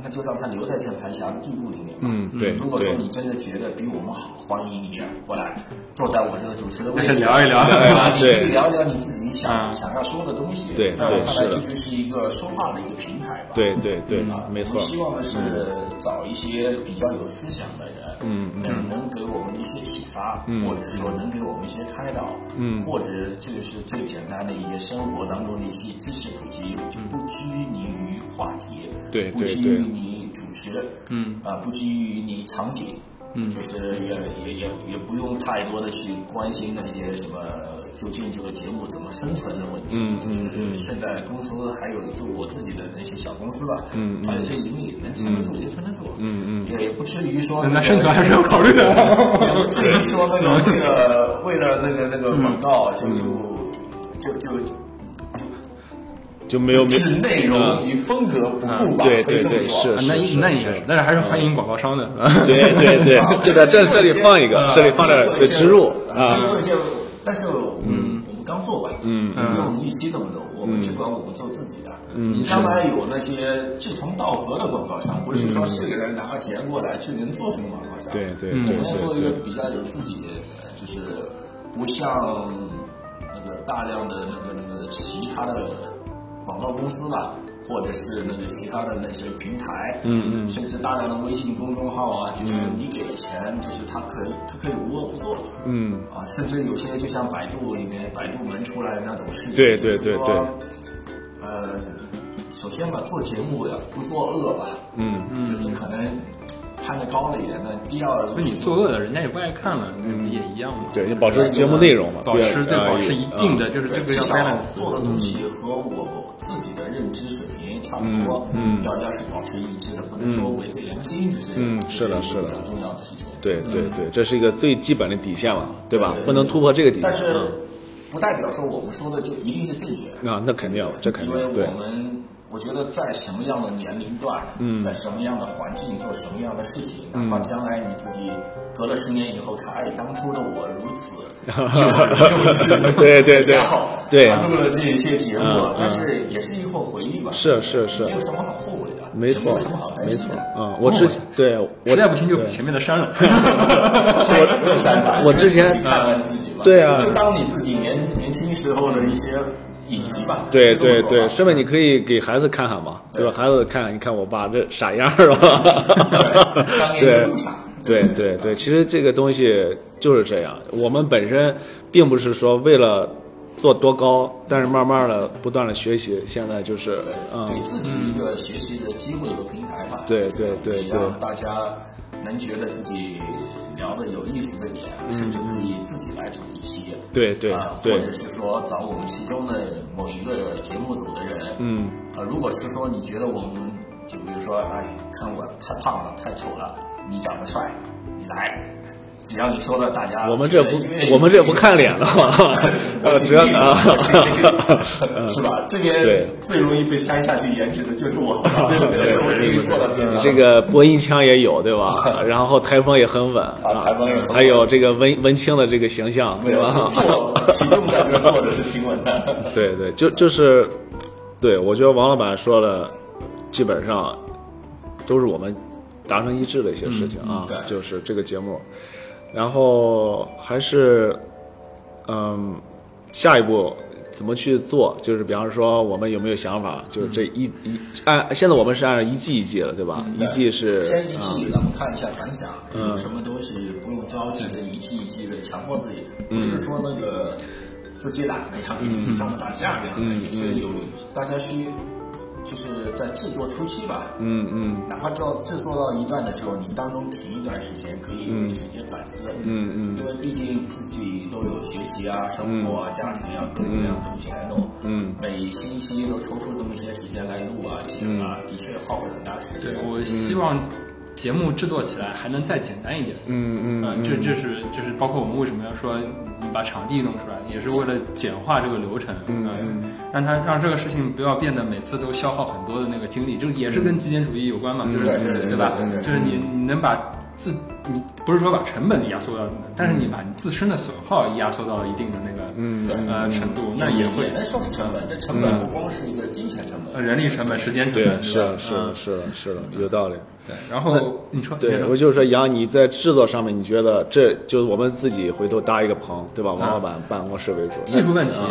Speaker 3: 那就让他留在键盘侠的队伍里面吧。
Speaker 1: 嗯对
Speaker 3: 如果说
Speaker 1: 对
Speaker 3: 你真的觉得比我们好，欢迎你啊过来坐在我这个主持的位
Speaker 2: 那就
Speaker 3: 置。
Speaker 2: 聊一聊，
Speaker 3: 啊，你可
Speaker 1: 对
Speaker 3: 以聊聊你自己想
Speaker 2: 嗯
Speaker 3: 想要说的东西。
Speaker 1: 对
Speaker 3: 在我
Speaker 1: 对
Speaker 3: 看
Speaker 1: 是
Speaker 3: 来，
Speaker 1: 的
Speaker 3: 这就是一个说话的一个平台吧。
Speaker 1: 对对对
Speaker 3: 啊，
Speaker 1: 没
Speaker 3: 我
Speaker 1: 错嗯
Speaker 3: 们，希望的是找一些比较有思想的人，嗯，能能给我们一些启发，
Speaker 1: 嗯
Speaker 3: 或者说能给我们一些开导，嗯，或者这个是最简单的一些生活当中的一些知识普及，就不拘泥于话题，
Speaker 1: 对
Speaker 3: 不
Speaker 1: 对
Speaker 3: 拘
Speaker 1: 对
Speaker 3: 于你主持，嗯，啊，不拘于你场景。嗯，就是也也也也不用太多的去关心那些什么究竟这个节目怎么生存的问题。嗯嗯嗯。就是现在公司还有就我自己的那些小公司吧，嗯，还有一些盈利能撑得住就撑得住，嗯嗯，也不至于说
Speaker 2: 那
Speaker 3: 个
Speaker 2: 生存还是要考虑的。
Speaker 3: 也不至于说那个那个为了那个那个广告就就就就
Speaker 1: 就没有没
Speaker 3: 置内容
Speaker 1: 嗯
Speaker 3: 与风格不顾吧？
Speaker 1: 对
Speaker 3: 可
Speaker 1: 对
Speaker 3: 以这么
Speaker 1: 对
Speaker 3: 说
Speaker 1: 是
Speaker 2: 啊那
Speaker 1: 是
Speaker 2: 那应
Speaker 1: 是嗯
Speaker 2: 该是，但是还是欢迎广告商的。
Speaker 1: 对对 对，就在这这里放一
Speaker 3: 嗯
Speaker 1: 个，这里放点儿对植入啊
Speaker 3: 可以，做一些，但是嗯，我们刚做完，嗯，因为我们预期这么多，我们只管我们做自己的，嗯，将来有那些志同道合的广告商，不是说是个人拿了钱过来就能做成广告商，
Speaker 1: 对对
Speaker 3: 我
Speaker 1: 嗯对
Speaker 3: 们要做一
Speaker 1: 对
Speaker 3: 个
Speaker 1: 对。
Speaker 3: 比较有自己的，呃就是不像那个大量的那个那个其他的广告公司吧，或者是那个其他的那些平台，嗯嗯，甚至大量的微信公众号啊，就是你给了钱，就是他可以他可以无恶不作的，嗯啊，甚至有些就像百度里面百度门出来的那种事情，
Speaker 1: 对对
Speaker 3: 就是说
Speaker 1: 对对
Speaker 3: 呃，首先吧，做节目要不作恶吧，嗯嗯，就可能攀得高了一点，那第二
Speaker 2: 那你作恶的，人家也不爱看了，那不也一样吗？
Speaker 1: 对，你保持节目内容嘛，
Speaker 2: 保
Speaker 1: 不要
Speaker 2: 持对
Speaker 1: 呃
Speaker 2: 保持一定的就是这
Speaker 3: 对，
Speaker 2: 个
Speaker 3: 至
Speaker 2: 要
Speaker 3: 少
Speaker 2: balance。
Speaker 3: 做的东
Speaker 1: 嗯
Speaker 3: 西和我自己的认知水平差不多，嗯，要要是保持一致的，不能说违背良心，这是
Speaker 1: 嗯是的
Speaker 3: 这
Speaker 1: 是的
Speaker 3: 比较重要的事情。
Speaker 1: 对对对，这是一个最基本的底线嘛，对吧
Speaker 3: 对？对
Speaker 1: 不能突破这个底线
Speaker 3: 但。是不代表说我们说的就一定是正确的，
Speaker 1: 嗯啊，那肯定了，这肯
Speaker 3: 因
Speaker 1: 定
Speaker 3: 为
Speaker 1: 了对
Speaker 3: 我。们我觉得在什么样的年龄段，
Speaker 1: 嗯
Speaker 3: 在什么样的环境做什么样的事情，哪怕将来你自己隔了十年以后看，哎，当初的我如此，
Speaker 1: 对对对
Speaker 3: 恰好
Speaker 1: 对
Speaker 3: 录了这些节目，
Speaker 1: 嗯嗯
Speaker 3: 但是也是一后回忆吧，
Speaker 1: 是是是
Speaker 3: 没有什么好后悔的，
Speaker 1: 没
Speaker 3: 也没
Speaker 1: 错
Speaker 3: 有什么好，担
Speaker 1: 没
Speaker 3: 心
Speaker 1: 错
Speaker 3: 的，。
Speaker 1: 嗯，我之前对
Speaker 2: 实
Speaker 1: 我
Speaker 2: 在不行就
Speaker 1: 对
Speaker 2: 前面的删了。
Speaker 3: 我 没有删法，
Speaker 1: 我之前
Speaker 3: 就是自己看看自己吧，
Speaker 1: 对啊
Speaker 3: 就当你自己年年轻时候的一些影集吧，
Speaker 1: 对
Speaker 3: 就这么
Speaker 1: 对
Speaker 3: 说吧
Speaker 1: 对，顺便你可以给孩子看看嘛，对吧？孩子看看，你看我爸这傻样儿是吧？
Speaker 3: 当年
Speaker 1: 对
Speaker 3: 那么傻
Speaker 1: 对对对，其实这个东西就是这样，我们本身并不是说为了做多高，但是慢慢的不断的学习，现在就是嗯
Speaker 3: 给，自己一个学习的机会和平台吧。
Speaker 1: 对对对
Speaker 3: 也
Speaker 1: 对
Speaker 3: 让大家能觉得自己聊的有意思的点，甚至可以自己来主一期。
Speaker 1: 嗯对对
Speaker 3: 啊
Speaker 1: 对
Speaker 3: 或者是说找我们其中的某一个节目组的人，嗯，啊，如果是说你觉得我们，就比如说，哎，看我太胖了，太丑了，你长得帅，你来，只要你说了，大家
Speaker 1: 我们这不
Speaker 3: 觉得愿意
Speaker 1: 我们这不看脸了嘛，
Speaker 3: 我
Speaker 1: 呃，
Speaker 3: 请
Speaker 1: 只要
Speaker 3: 你
Speaker 1: 啊，
Speaker 3: 是吧？这边
Speaker 1: 对
Speaker 3: 最容易被删下去颜值的就 是我，对我这个做到边
Speaker 1: 这个播音腔也有对 吧？然后台风也很稳啊
Speaker 3: 台风也很稳
Speaker 1: 还有这个文文青的这个形象
Speaker 3: 没
Speaker 1: 对
Speaker 3: 有
Speaker 1: 吧？
Speaker 3: 做启动在这做的是挺稳的。
Speaker 1: 对对，就就是，对我觉得王老板说了，基本上都是我们达成一致的一些事情啊，
Speaker 3: 嗯对
Speaker 1: 就是这个节目，然后还是嗯，下一步。怎么去做？就是比方说，我们有没有想法？就是这一一按现在我们是按照一季一季了，对吧？一季是
Speaker 3: 嗯先一季
Speaker 1: 嗯，
Speaker 3: 咱们看一下反响，有什么东西不用着急的，一季一季的强迫自己，不
Speaker 1: 嗯
Speaker 3: 是说那个自己懒那样，一上不打架那样的，
Speaker 1: 嗯
Speaker 3: 也是有大家需。就是在制作初期吧，
Speaker 1: 嗯嗯
Speaker 3: 哪怕到制作到一段的时候，你当中停一段时间，可以有一时间反思。嗯嗯，因为毕竟自己都有学习啊、生活啊、家庭啊各种各样的东西来弄。嗯，每星期都抽出这么些时间来录啊、剪啊，的确耗费很大时间
Speaker 2: 对，。我希望节目制作起来还能再简单一点。
Speaker 1: 嗯嗯
Speaker 2: 啊，这这是这是包括我们为什么要说你把场地弄出来，也是为了简化这个流程，嗯，让它让这个事情不要变得每次都消耗很多的那个精力，这个也是跟极简主义有关嘛，就是
Speaker 3: 对对对
Speaker 2: 对吧
Speaker 3: 对对对？
Speaker 2: 就是你你能把自你不是说把成本压缩到，但是你把你自身的损耗压缩到一定的那个呃程度，那也会
Speaker 3: 也
Speaker 1: 嗯
Speaker 3: 能说是成本，这成本不光是一个金钱成
Speaker 2: 呃
Speaker 3: 本，
Speaker 2: 人力成本、时间成
Speaker 1: 对，啊
Speaker 2: 本，
Speaker 1: 是
Speaker 2: 对吧
Speaker 1: 是
Speaker 2: 嗯
Speaker 1: 是的，是的，有道理。
Speaker 2: 对然后你说你
Speaker 1: 对，
Speaker 2: 说
Speaker 1: 我就是说，杨，你在制作上面，你觉得这就是我们自己回头搭一个棚，对
Speaker 2: 啊
Speaker 1: 吧？王老板办公室为主，
Speaker 2: 技术问题啊、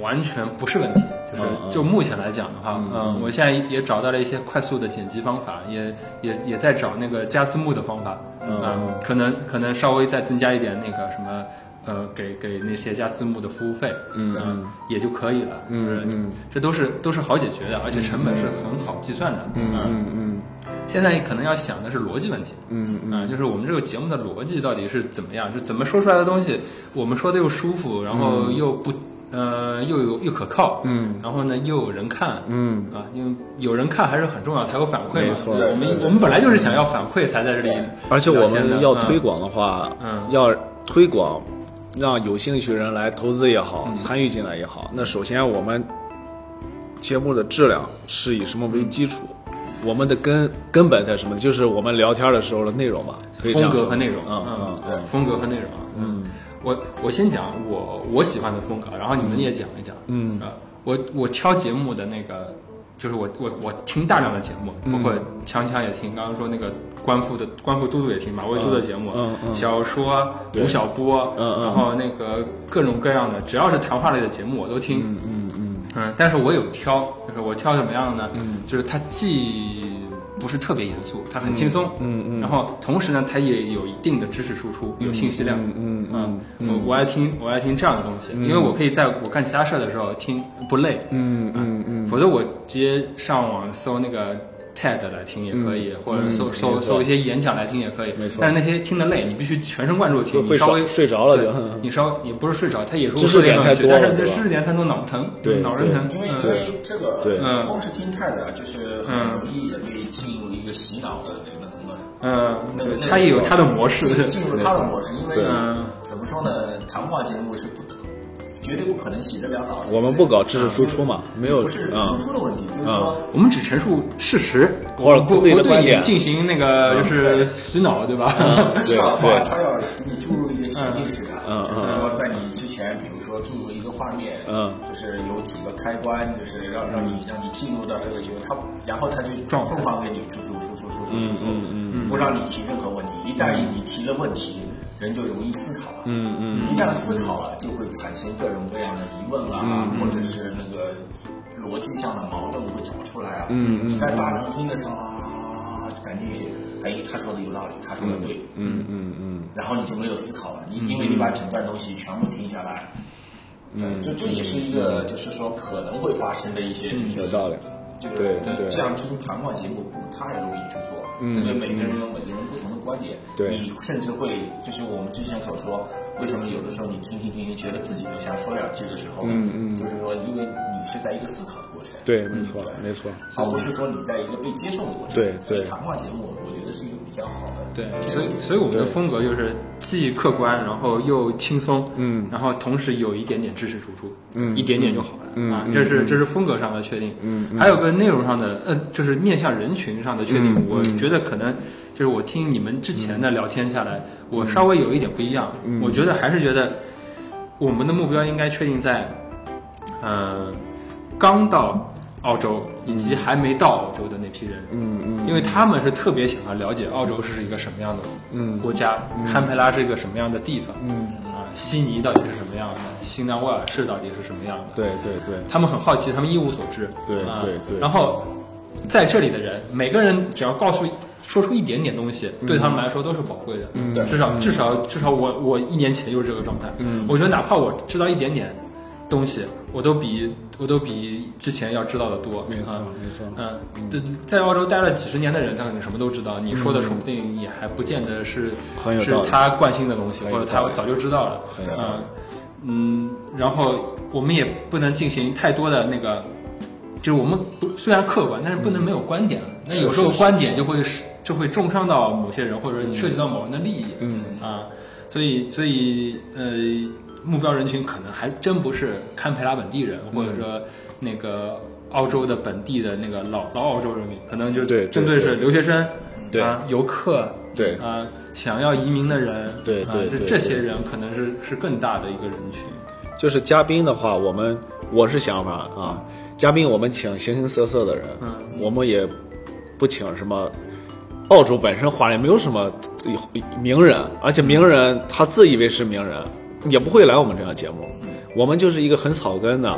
Speaker 2: 完全不是问题。就是就目前来讲的话，嗯、我现在也找到了一些快速的剪辑方法，也也也在找那个加字幕的方法，嗯、可能可能稍微再增加一点那个什么。呃，给给那些加字幕的服务费，嗯、也就可以了，嗯嗯，这都是都是好解决的，而且成本是很好计算的，嗯嗯嗯，现在可能要想的是逻辑问题，
Speaker 1: 嗯
Speaker 2: 啊，就是我们这个节目的逻辑到底是怎么样，就怎么说出来的东西，我们说的又舒服，然后又不，呃，又有又可靠，
Speaker 1: 嗯，
Speaker 2: 然后呢又有人看，
Speaker 1: 嗯，
Speaker 2: 啊，因为有人看还是很重要，才有反馈嘛。
Speaker 1: 没错
Speaker 2: 我们我们本来就是想要反馈，才在这里聊天的，
Speaker 1: 而且我们要推
Speaker 2: 嗯
Speaker 1: 广的话，
Speaker 2: 嗯
Speaker 1: 要推广，让有兴趣人来投资也好，
Speaker 2: 嗯
Speaker 1: 参与进来也好。那首先我们节目的质量是以什么为基础？
Speaker 2: 嗯
Speaker 1: 我们的根根本在什么？就是我们聊天的时候的内容吧，可以这
Speaker 2: 风
Speaker 1: 样
Speaker 2: 格
Speaker 1: 说
Speaker 2: 和内容，
Speaker 1: 嗯嗯嗯，
Speaker 2: 风格和内容，嗯，我我先讲我我喜欢的风格，然后你们也讲一讲，
Speaker 1: 嗯
Speaker 2: 呃，我我挑节目的那个，就是我我我听大量的节目，包
Speaker 1: 嗯
Speaker 2: 括强强也听，刚刚说那个官复的官复嘟嘟也听，马未都的节目，
Speaker 1: 嗯嗯
Speaker 2: 小说
Speaker 1: 对
Speaker 2: 吴晓波，
Speaker 1: 嗯嗯
Speaker 2: 然后那个各种各样的，只要是谈话类的节目我都听，嗯
Speaker 1: 嗯嗯
Speaker 2: 嗯，但是我有挑，就是我挑什么样的呢？嗯，就是它既不是特别严肃，它很轻松，
Speaker 1: 嗯嗯嗯
Speaker 2: 然后同时呢，它也有一定的知识输出，有信息量，
Speaker 1: 嗯嗯嗯
Speaker 2: 我我爱听我爱听这样的东西，因为我可以在我干其他事儿的时候听不累，
Speaker 1: 嗯嗯嗯，
Speaker 2: 否则我直接上网搜那个 TED 来听也可以，或者搜、
Speaker 1: 嗯
Speaker 2: 搜
Speaker 1: 没错
Speaker 2: 搜一些演讲来听也可以，
Speaker 1: 没错
Speaker 2: 但是那些听得累，你必须全神贯注听，
Speaker 1: 会
Speaker 2: 你嗯稍
Speaker 1: 睡
Speaker 2: 微
Speaker 1: 睡着了就
Speaker 2: 对你稍也不是睡着，它也是
Speaker 1: 知识点太多了
Speaker 2: 但是这
Speaker 1: 对吧
Speaker 2: 知识点太多，脑子疼，
Speaker 1: 对
Speaker 2: 脑仁疼，
Speaker 3: 因为
Speaker 2: 嗯
Speaker 3: 因为这个，
Speaker 1: 对
Speaker 2: 嗯
Speaker 3: 光是听 TED 啊，就是很容易的被进入一个洗脑的那个什么。
Speaker 2: 嗯，
Speaker 3: 那个
Speaker 2: 对，它也有它的模式。
Speaker 3: 进入它的模式，因为
Speaker 1: 对
Speaker 2: 嗯
Speaker 3: 怎么说呢，谈话节目是不绝对不可能洗得了脑的。
Speaker 1: 我们不搞知识输出嘛，
Speaker 2: 嗯
Speaker 1: 没有
Speaker 3: 不是
Speaker 1: 啊
Speaker 3: 输，出的问题，就是说
Speaker 2: 我们只陈述事实，
Speaker 1: 或者
Speaker 2: 不
Speaker 1: 自己
Speaker 2: 不
Speaker 1: 的观
Speaker 2: 对
Speaker 1: 点嗯
Speaker 2: 你进行那个就是洗脑，对吧？
Speaker 3: 洗脑的
Speaker 1: 对
Speaker 3: 话，
Speaker 1: 对
Speaker 3: 它要给你注入一个潜意识啊，
Speaker 1: 嗯嗯
Speaker 3: 就是说在你之前，比如说注入一个画面，
Speaker 1: 嗯
Speaker 3: 就是有几个开关，就是让让你让你进入到这个结构，它然后它就状疯狂给你输出输出输出输出，
Speaker 1: 嗯嗯
Speaker 3: 不让你提任何问题，一旦你提了问题。人就容易思考了，
Speaker 1: 嗯嗯
Speaker 3: 一旦思考了，就会产生各种各样的疑问啦、
Speaker 1: 嗯
Speaker 3: 或者是那个逻辑上的矛盾会找出来啊。
Speaker 1: 嗯嗯
Speaker 3: 你在大量听的时候啊，就感觉是，哎，他说的有道理，他说的对，
Speaker 1: 嗯嗯嗯，
Speaker 3: 然后你就没有思考了，你因为你把整段东西全部听下来，嗯，这这也是一个就是说可能会发生的一些就是
Speaker 1: 嗯有道理，
Speaker 3: 就是
Speaker 1: 对对嗯
Speaker 3: 这样听谈话节目不太容易去做，因为每个人有每个人不同的观点，
Speaker 1: 对
Speaker 3: 你甚至会就是我们之前所说，为什么有的时候你听听听听，觉得自己都想说两句的时候，
Speaker 1: 嗯嗯
Speaker 3: 就是说因为你是在一个思考的过程，
Speaker 1: 对，没错没错，
Speaker 3: 而不是说你在一个被接受的过程，
Speaker 1: 对
Speaker 3: 所以
Speaker 1: 对
Speaker 3: 谈话节目我觉得是一个比较好的，
Speaker 2: 对，所以所以我们的
Speaker 1: 对
Speaker 2: 风格就是既客观，然后又轻松，
Speaker 1: 嗯
Speaker 2: 然后同时有一点点知识输出，
Speaker 1: 嗯
Speaker 2: 一点点就好了，
Speaker 1: 嗯
Speaker 2: 啊
Speaker 1: 嗯，
Speaker 2: 这是这是风格上的确定，
Speaker 1: 嗯
Speaker 2: 还有个内容上的，呃，就是面向人群上的确定，
Speaker 1: 嗯
Speaker 2: 我觉得可能就是我听你们之前的聊天下来，
Speaker 1: 嗯
Speaker 2: 我稍微有一点不一样，我觉得还是觉得我们的目标应该确定在，呃，刚到澳洲以及还没到澳洲的那批人，
Speaker 1: 嗯嗯
Speaker 2: 因为他们是特别想要了解澳洲是一个什么样的国家，堪培拉是一个什么样的地方，
Speaker 1: 嗯，
Speaker 2: 啊，悉尼到底是什么样的，新南威尔士到底是什么样的，
Speaker 1: 对对对，
Speaker 2: 他们很好奇，他们一无所知，
Speaker 1: 对
Speaker 2: 啊
Speaker 1: 对对
Speaker 2: 然后在这里的人，每个人只要告诉说出一点点东西，对他们来说都是宝贵的，嗯
Speaker 3: 对
Speaker 2: 至少至少至少我我一年前就是这个状态，嗯，我觉得哪怕我知道一点点东西，我都比我都比之前要知道的多，
Speaker 1: 没错
Speaker 2: 啊
Speaker 1: 没错，
Speaker 2: 嗯，对，在澳洲待了几十年的人，他可能什么都知道。你说的说不定也还不见得是
Speaker 1: 嗯很有
Speaker 2: 是
Speaker 1: 道理
Speaker 2: 他惯性的东西，
Speaker 1: 很有
Speaker 2: 或者他
Speaker 1: 道理
Speaker 2: 早就知道了。
Speaker 1: 很有道
Speaker 2: 嗯嗯，然后我们也不能进行太多的那个，就是我们不虽然客观，但是不
Speaker 1: 嗯
Speaker 2: 能没有观点。那有时候观点就会是就会重伤到某些人，或者涉及到某人的利益。
Speaker 1: 嗯
Speaker 2: 啊，所以所以呃，目标人群可能还真不是堪培拉本地人，
Speaker 1: 嗯
Speaker 2: 或者说那个澳洲的本地的那个老老澳洲人民，可能就
Speaker 1: 对对
Speaker 2: 针对是留学生、
Speaker 1: 对
Speaker 2: 啊游客、
Speaker 1: 对
Speaker 2: 啊想要移民的人，
Speaker 1: 对
Speaker 2: 啊
Speaker 1: 对
Speaker 2: 这
Speaker 1: 对
Speaker 2: 这些人可能是是更大的一个人群。
Speaker 1: 就是嘉宾的话，我们我是想法啊，嘉宾我们请形形色色的人，
Speaker 2: 嗯
Speaker 1: 我们也不请什么。呃澳洲本身华人没有什么呃名人，而且名人他自以为是名人，也不会来我们这样节目。
Speaker 3: 嗯
Speaker 1: 我们就是一个很草根的，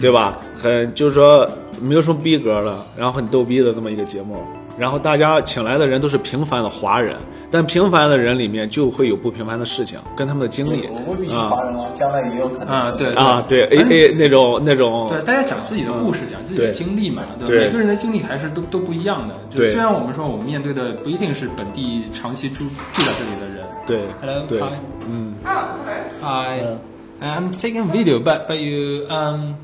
Speaker 1: 对吧？很就是说没有什么逼格的，然后很逗逼的这么一个节目。然后大家请来的人都是平凡的华人，但平凡的人里面就会有不平凡的事情，跟他们的经历
Speaker 3: 我未必是华
Speaker 1: 啊
Speaker 3: 人啊，将来也有可能
Speaker 2: 啊对
Speaker 1: 啊，对，A A 那种那种
Speaker 2: 对，大家讲自己的故事，讲自己的
Speaker 1: 对
Speaker 2: 经历嘛，对吧？
Speaker 1: 对
Speaker 2: 每个人的经历还是都都不一样的。就
Speaker 1: 对
Speaker 2: 虽然我们说我们面对的不一定是本地长期住住在这里的人。
Speaker 1: 对
Speaker 2: Hello,
Speaker 1: 对
Speaker 2: hi,
Speaker 1: 嗯
Speaker 4: Oh, okay.
Speaker 2: hi.
Speaker 1: Uh,
Speaker 2: I'm taking video, but but you um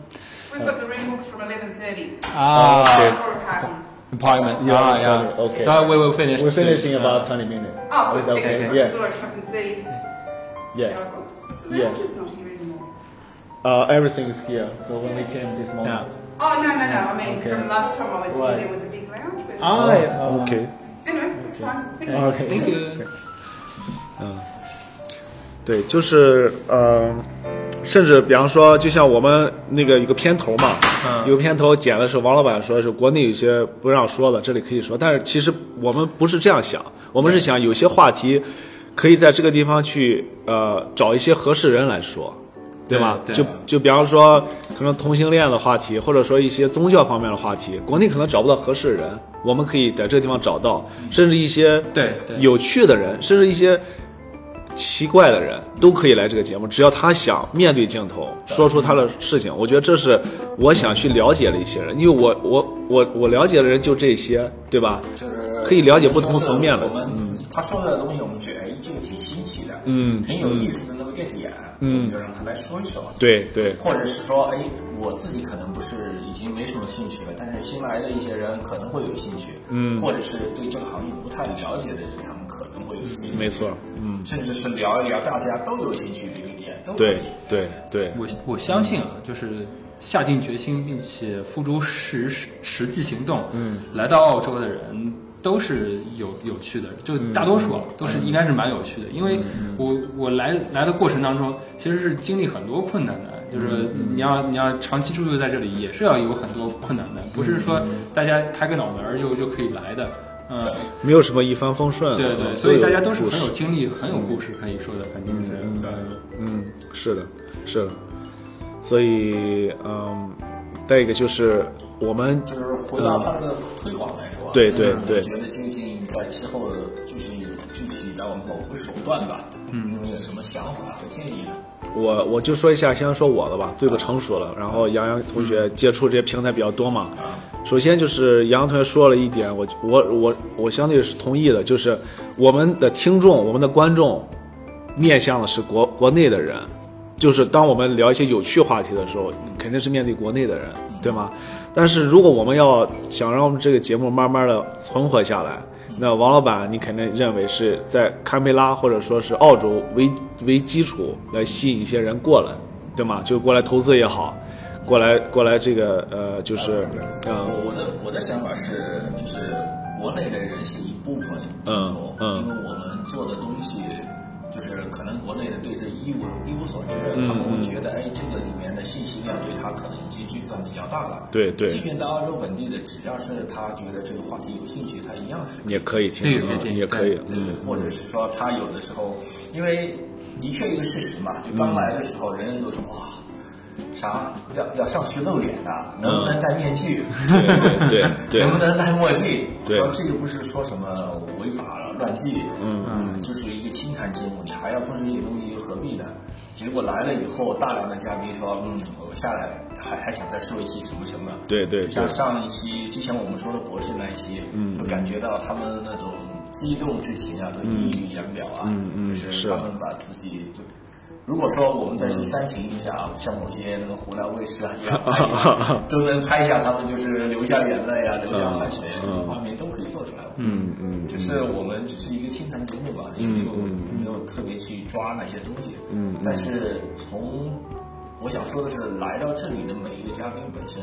Speaker 4: We've got the room booked from 11.30.
Speaker 2: ah
Speaker 1: Okay.
Speaker 4: For a pattern.
Speaker 2: appointment.
Speaker 1: Yeah,
Speaker 2: ah,
Speaker 1: sorry,
Speaker 2: yeah.
Speaker 1: okay.
Speaker 2: So we will finish.
Speaker 1: We're
Speaker 2: soon.
Speaker 1: finishing
Speaker 2: Yeah.
Speaker 1: about 20 minutes.
Speaker 4: Oh,
Speaker 1: Is that
Speaker 4: excellent.
Speaker 1: okay?
Speaker 4: So I come and see
Speaker 1: Yeah,
Speaker 4: how
Speaker 1: yeah.
Speaker 4: it looks. The
Speaker 1: Yeah.
Speaker 4: lounge is not here anymore.
Speaker 1: Uh, everything is here. So when we came this
Speaker 2: Yeah.
Speaker 1: morning.
Speaker 4: Oh, no, no, no. I mean,
Speaker 1: Okay.
Speaker 4: from last time I was
Speaker 1: Right.
Speaker 4: here, there was a big lounge. But
Speaker 2: Ah, yeah.
Speaker 1: Oh, Okay.
Speaker 4: Anyway, it's fine. Okay.
Speaker 1: Okay.
Speaker 2: Thank you.
Speaker 1: 对，就是呃，甚至比方说，就像我们那个有个片头嘛，
Speaker 2: 嗯
Speaker 1: 有个片头剪的是王老板说是国内有些不让说的，这里可以说，但是其实我们不是这样想，我们是想有些话题可以在这个地方去呃找一些合适人来说，对吧？
Speaker 2: 对对
Speaker 1: 就就比方说可能同性恋的话题，或者说一些宗教方面的话题，国内可能找不到合适的人，我们可以在这个地方找到，甚至一些
Speaker 2: 嗯对对
Speaker 1: 有趣的人，甚至一些奇怪的人都可以来这个节目，只要他想面对镜头，说出他的事情，我觉得这是我想去了解的一些人，因为我我我我了解的人就这些，对吧？
Speaker 3: 就是
Speaker 1: 可以了解不同层面了
Speaker 3: 我们他说的东西，我们觉得哎，这个挺新奇的，
Speaker 1: 嗯
Speaker 3: 挺有意思的那么个点，嗯，我们就让他来说一说，
Speaker 1: 对对
Speaker 3: 或者是说，哎，我自己可能不是已经没什么兴趣了，但是新来的一些人可能会有兴趣，嗯，或者是对这个行业不太了解的人，他们可能会有兴趣，
Speaker 1: 没错，
Speaker 3: 嗯，甚至是聊一聊大家都有兴趣的一个点，都可以
Speaker 1: 对对对，
Speaker 2: 我我相信啊，就是下定决心并且付诸实实实际行动，嗯，来到澳洲的人都是有有趣的，就大多数啊、
Speaker 1: 嗯
Speaker 2: 都是应该是蛮有趣的，因为我我来来的过程当中，其实是经历很多困难的，
Speaker 1: 嗯
Speaker 2: 就是你要你要长期驻留在这里，也是要有很多困难的，不是说
Speaker 1: 嗯
Speaker 2: 大家拍个脑门儿就就可以来的，嗯，
Speaker 1: 没有什么一帆风顺，
Speaker 2: 对对，
Speaker 1: 嗯
Speaker 2: 所以大家都
Speaker 1: 都
Speaker 2: 是
Speaker 1: 有故
Speaker 2: 很有
Speaker 1: 事
Speaker 2: 经历、很有故事可以说的，肯定是，
Speaker 1: 嗯，是的，是的，所以嗯，再一个就是我们
Speaker 3: 就是回到它的推广来说，
Speaker 1: 对对对
Speaker 3: 我觉得究竟在之后的就是具体聊某个手段吧，嗯，你们有什么想法和建议呢？
Speaker 1: 我我就说一下，先说我的吧，最不成熟了。然后杨洋同学接触这些平台比较多嘛。首先就是杨洋同学说了一点，我我我我相对是同意的，就是我们的听众、我们的观众面向的是国国内的人，就是当我们聊一些有趣话题的时候，肯定是面对国内的人，对吗？但是如果我们要想让我们这个节目慢慢的存活下来，那王老板你肯定认为是在堪培拉或者说是澳洲为为基础来吸引一些人过来，对吗？就过来投资也好，过来过来这个呃就是
Speaker 3: 我
Speaker 1: 呃
Speaker 3: 我的我的想法是，就是国内的人是一部分，
Speaker 1: 嗯嗯
Speaker 3: 因为我们做的东西，就是可能国内的对这一无一无所知，
Speaker 1: 嗯
Speaker 3: 他们会觉得，哎，这个里面的信息量对他可能已经计算比较大了，
Speaker 1: 对对
Speaker 3: 即便在澳洲本地的，只要是他觉得这个话题有兴趣，他一样是
Speaker 1: 也可以
Speaker 2: 对
Speaker 1: 听，
Speaker 2: 对对
Speaker 1: 嗯也可以，
Speaker 3: 对
Speaker 1: 嗯，
Speaker 3: 或者是说他有的时候，因为的确一个事实嘛，
Speaker 1: 嗯
Speaker 3: 就刚来的时候，人人都说哇，啥要要上去露脸的，能不能戴面具？
Speaker 1: 嗯对 对对
Speaker 3: 能不能戴墨镜？
Speaker 1: 对
Speaker 3: 说这个不是说什么违法乱纪，嗯，就是一个清谈节目，你还要做这些东西，又何必呢？结果来了以后，大量的嘉宾说，嗯，我下来还还想再说一期什么什么，
Speaker 1: 对对对
Speaker 3: 像上一期之前我们说的博士那一期，嗯，就感觉到他们那种激动之情啊，都溢于言表啊，
Speaker 1: 嗯嗯
Speaker 3: 就是是他们把自己就。如果说我们再去煽情一下啊，像某些那个湖南卫视啊，这样拍一下都能拍下他们就是流下眼泪啊，流下汗水啊，这种画面都可以做出来。嗯嗯，只是我们只是一个清谈节目嘛，也没有也没有特别去抓那些东西。嗯，但是从我想说的是，来到这里的每一个嘉宾本身，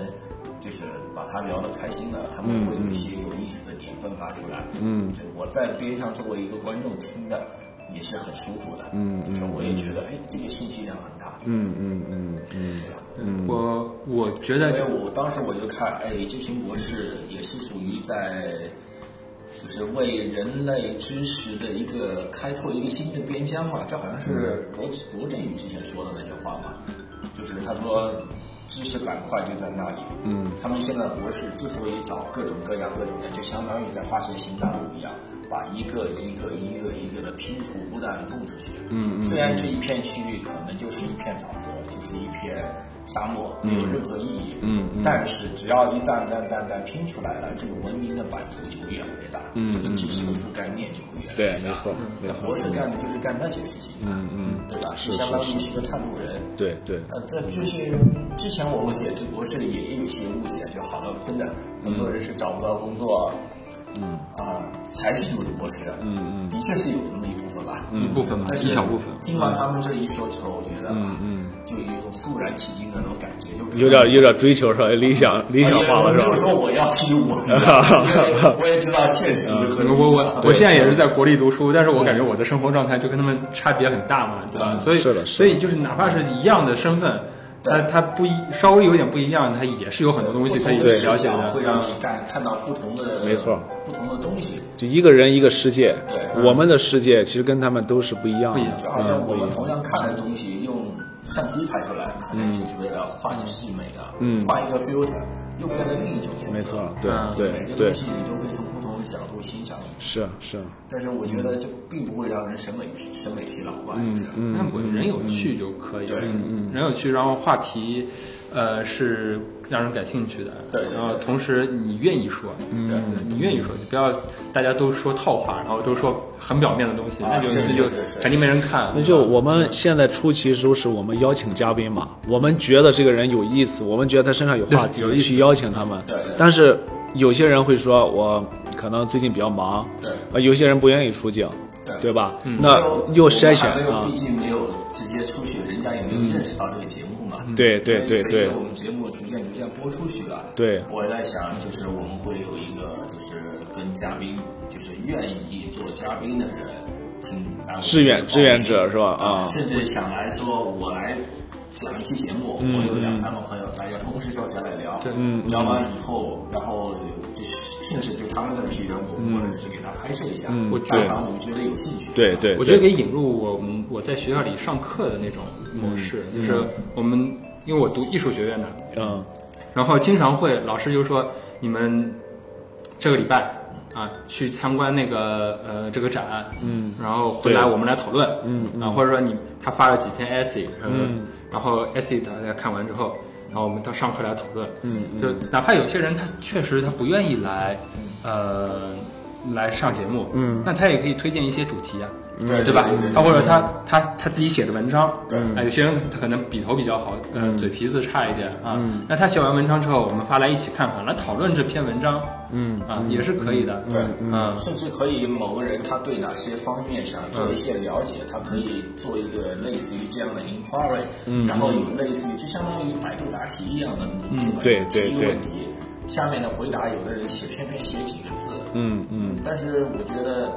Speaker 3: 就是把他聊得开心了，他们会有一些有意思的点分发出来。嗯，就我在边上作为一个观众听的，也是很舒服的。嗯嗯，就我也觉得，哎，这个信息量很大。嗯嗯嗯嗯，对吧？
Speaker 2: 我我觉得
Speaker 3: 因为
Speaker 2: 就
Speaker 3: 我当时我就看，哎，这群博士也是属于在，就是为人类知识的一个开拓一个新的边疆嘛，这好像是
Speaker 2: 嗯
Speaker 3: 罗罗振宇之前说的那些话嘛，就是他说知识板块就在那里，嗯，他们现在博士之所以找各种各样各种的，就相当于在发现新大陆一样。把一个一个一个一个的拼图不断的供出去。嗯虽然这一片区域可能就是一片沼泽，就是一片沙漠，没有任何意义。
Speaker 1: 嗯嗯
Speaker 3: 但是只要一旦旦旦旦拼出来了，这个文明的版图就越来越大，
Speaker 1: 嗯
Speaker 3: 这
Speaker 1: 嗯
Speaker 3: 个知识的覆盖面就会越来越大。
Speaker 1: 对，没错，没
Speaker 3: 那
Speaker 1: 错
Speaker 3: 博，士干的就是干那些事情，
Speaker 1: 嗯嗯，
Speaker 3: 对吧？
Speaker 1: 是
Speaker 3: 相当
Speaker 1: 是
Speaker 3: 于是个探路人。
Speaker 1: 对对，
Speaker 3: 呃，在这些之前，我们也对博士也有一些误解，就好多真
Speaker 2: 嗯
Speaker 3: 的很多人是找不到工作，嗯啊、才去读的博士，嗯嗯，的确是有那么一部分吧，
Speaker 2: 嗯一部分吧，
Speaker 3: 但是
Speaker 2: 一小部分。嗯
Speaker 3: 听完他们这一说之后，我觉得，
Speaker 1: 嗯嗯，
Speaker 3: 就有一种肃然起敬的那种感觉，就哎
Speaker 1: 有
Speaker 2: 嗯
Speaker 1: 点有点追求是吧？理想理想化了是
Speaker 3: 我说
Speaker 1: 吧？
Speaker 3: 我要去我， 因为我也知道现实和
Speaker 2: 嗯
Speaker 3: 理
Speaker 2: 呃我
Speaker 3: 想。
Speaker 2: 我我现在也是在国立读书，但是我感
Speaker 3: 嗯
Speaker 2: 觉我的生活状态就跟他们差别很大嘛，对吧？所以
Speaker 1: 是的是的
Speaker 2: 所以就是哪怕是一样的身份，它它不一稍微有点不一样，它也是有很多东西可以
Speaker 3: 不同的
Speaker 2: 了解
Speaker 3: 视角
Speaker 2: 的。
Speaker 3: 会让你看看到不同的，
Speaker 1: 没错，
Speaker 3: 不同的东西。
Speaker 1: 就一个人一个世界，
Speaker 3: 对
Speaker 1: 我们的世界其实跟他们都是不一样
Speaker 2: 不一样
Speaker 1: 的，
Speaker 3: 就好像
Speaker 1: 嗯，
Speaker 3: 我
Speaker 1: 不一
Speaker 3: 们同
Speaker 1: 样，
Speaker 3: 样看的东西，用相机拍出来，可能就是为了画质是美的，
Speaker 1: 嗯
Speaker 3: 画一个 filter 又变成另一种颜色。
Speaker 1: 没错，对
Speaker 2: 嗯
Speaker 1: 对
Speaker 3: 每个
Speaker 1: 对
Speaker 3: 东，西你都会从不同的角度欣赏一下。
Speaker 1: 是是，
Speaker 3: 但是我觉得这并不会让人审美疲审美疲劳吧？嗯
Speaker 2: 那不人有趣就可以了，
Speaker 3: 对嗯
Speaker 2: 人有趣，然后话题，呃，是让人感兴趣的，
Speaker 3: 对嗯对对
Speaker 2: 然后同时你愿意说，对，你愿意说，就不要大家都说套话，然后都说很表面的东西，
Speaker 3: 啊
Speaker 2: 那就是那
Speaker 3: 是
Speaker 2: 就是
Speaker 3: 是
Speaker 2: 肯定没人看，
Speaker 1: 那就我们现在初期时候是我们邀请嘉宾嘛，我们觉得这个人有意思，我们觉得他身上有话题，
Speaker 2: 对有意思
Speaker 1: 去邀请他们
Speaker 3: 对对。
Speaker 1: 但是有些人会说，我可能最近比较忙，
Speaker 3: 对
Speaker 1: 呃，有些人不愿意出镜，
Speaker 3: 对
Speaker 1: 对吧？
Speaker 2: 嗯
Speaker 1: 那呃又
Speaker 3: 又
Speaker 1: 筛选
Speaker 3: 没有，
Speaker 1: 啊嗯
Speaker 3: 毕，竟没有直接出去，人家也没有认识到这个节目嘛。
Speaker 1: 对对对
Speaker 3: 所以
Speaker 1: 对
Speaker 3: 我们节目逐渐逐渐播出去了。
Speaker 1: 对
Speaker 3: 我在想，就是我们会有一个，就是跟嘉宾，就是愿意做嘉宾的人，请来我们
Speaker 1: 志愿
Speaker 3: 这个
Speaker 1: 志愿者是吧
Speaker 3: 报名
Speaker 1: 啊
Speaker 3: 甚至想来说，我来。讲一期节目，我有两三个朋友，大家同时坐下来聊，
Speaker 1: 嗯
Speaker 3: 聊完以后，然后就是甚至就他们的批人，我们或者是给他拍摄一下，
Speaker 2: 我
Speaker 3: 但
Speaker 2: 对
Speaker 3: 凡我们觉得有兴趣，
Speaker 1: 嗯对对，
Speaker 2: 我觉得可
Speaker 1: 对
Speaker 2: 以引入我们我在学校里上课的那种模式，就是我们因为我读艺术学院的，
Speaker 1: 嗯
Speaker 2: 然后经常会老师就说你们这个礼拜啊去参观那个呃这个展，嗯，然后回来
Speaker 1: 对
Speaker 2: 我们来讨论，嗯，啊或者说你他发了几篇 essay，嗯，然后 essay 大家看完之后，然后我们到上课来讨论，嗯，就哪怕有些人他确实他不愿意来，呃。来上节目，嗯，那他也可以推荐一些主题啊，
Speaker 3: 对
Speaker 2: 对吧
Speaker 3: 对对？
Speaker 2: 他或者他他他自己写的文章，啊，有些人他可能笔头比较好，嗯，嘴皮子差一点啊。那他写完文章之后，我们发来一起看看，来讨论这篇文章，嗯啊，也是可以的，
Speaker 3: 对，
Speaker 2: 嗯，
Speaker 3: 甚至可以某个人他对哪些方面想做一些了解，他可以做一个类似于这样的 inquiry，然
Speaker 1: 嗯
Speaker 3: 后有类似于就相当于百度答题一样的，嗯
Speaker 1: 对对
Speaker 3: 一个
Speaker 1: 对
Speaker 3: 问题，下面的回答有的人写偏偏写几个字，
Speaker 1: 嗯嗯，
Speaker 3: 但是我觉得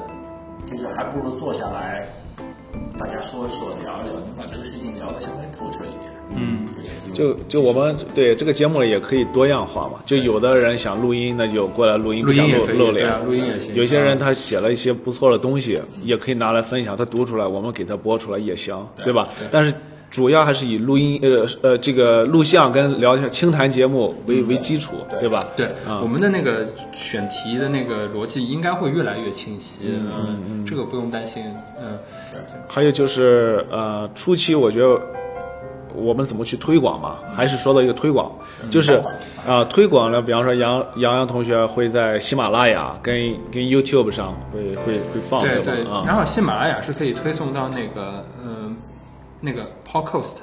Speaker 3: 就是还不如坐下来。大家说一说，聊一聊，能把这个事情聊得相对透彻一点。嗯，
Speaker 1: 就就我们对这个节目也可以多样化嘛，就有的人想录音，那就过来录音，
Speaker 2: 录
Speaker 1: 不
Speaker 2: 音
Speaker 1: 想
Speaker 2: 也
Speaker 1: 露
Speaker 2: 可以，
Speaker 1: 露
Speaker 2: 对
Speaker 1: 脸
Speaker 2: 啊，，录嗯音也行。
Speaker 1: 有些人他写了一些不错的东西，也可以拿来分享，他读出来，我们给他播出来也行，对吧？但是主要还是以录音呃呃这个录像跟聊天清谈节目为为基础，对吧？
Speaker 2: 嗯
Speaker 1: 嗯
Speaker 2: 对，我们的那个选题的那个逻辑应该会越来越清晰，嗯，这个不用担心，嗯，
Speaker 1: 还有就是呃初期我觉得。我们怎么去推广嘛？还是说到一个推广，
Speaker 2: 嗯
Speaker 1: 就是啊、推广呢，比方说杨杨洋同学会在喜马拉雅跟跟 YouTube 上会会会放
Speaker 2: 对
Speaker 1: 吧？
Speaker 2: 对。
Speaker 1: 啊、
Speaker 2: 然后喜马拉雅是可以推送到那个嗯那个 Podcast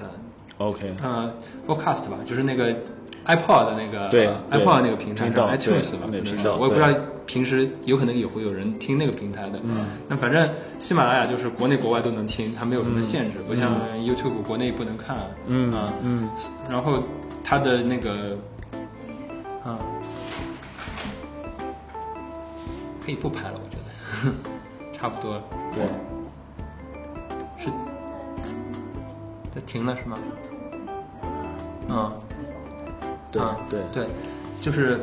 Speaker 1: o k
Speaker 2: 呃 Podcast 吧，就是那个 iPod 的那个
Speaker 1: 对
Speaker 2: 呃
Speaker 1: 对
Speaker 2: iPod 那个平台
Speaker 1: 频道
Speaker 2: 上 iTunes 吧，
Speaker 1: 对
Speaker 2: 可能是
Speaker 1: 频道
Speaker 2: 我也不知
Speaker 1: 对
Speaker 2: 道平时有可能也会有人听那个平台的。嗯，那反正喜马拉雅就是国内国外都能听，它
Speaker 1: 嗯
Speaker 2: 没有什么限制，不像 YouTube 国内不能看。嗯啊嗯，然后它的那个啊可以不拍了，我觉得 差不多了。
Speaker 1: 对，
Speaker 2: 是，它停了是吗？嗯，
Speaker 1: 对
Speaker 2: 啊
Speaker 1: 对
Speaker 2: 对，就是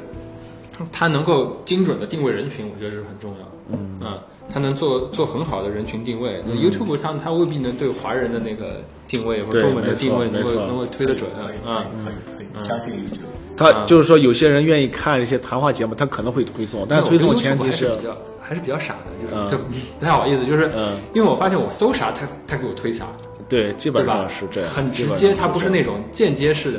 Speaker 2: 它能够精准的定位人群，我觉得是很重要。嗯啊，它能做做很好的人群定位。
Speaker 1: 嗯
Speaker 2: 那 YouTube 上它未必能对华人的那个定位或
Speaker 1: 对
Speaker 2: 者中文的
Speaker 1: 没错
Speaker 2: 定位
Speaker 1: 没
Speaker 2: 能够
Speaker 1: 错
Speaker 2: 能够推得准啊。
Speaker 3: 可以可以可以，相信于这
Speaker 1: 他就是说，有些人愿意看一些谈话节目，他可能会推送，但是推送前提
Speaker 2: 是
Speaker 1: 是
Speaker 2: 比较，还是比较傻的，
Speaker 1: 嗯
Speaker 2: 就是就 不太好意思，就是
Speaker 1: 嗯
Speaker 2: 因为我发现我搜啥，他他给我推啥，
Speaker 1: 对，基
Speaker 2: 对
Speaker 1: 本
Speaker 2: 吧？
Speaker 1: 上是这样，
Speaker 2: 很直
Speaker 1: 基
Speaker 2: 接，
Speaker 1: 本
Speaker 2: 它
Speaker 1: 上
Speaker 2: 不是
Speaker 1: 这
Speaker 2: 那
Speaker 1: 样
Speaker 2: 种间接式的。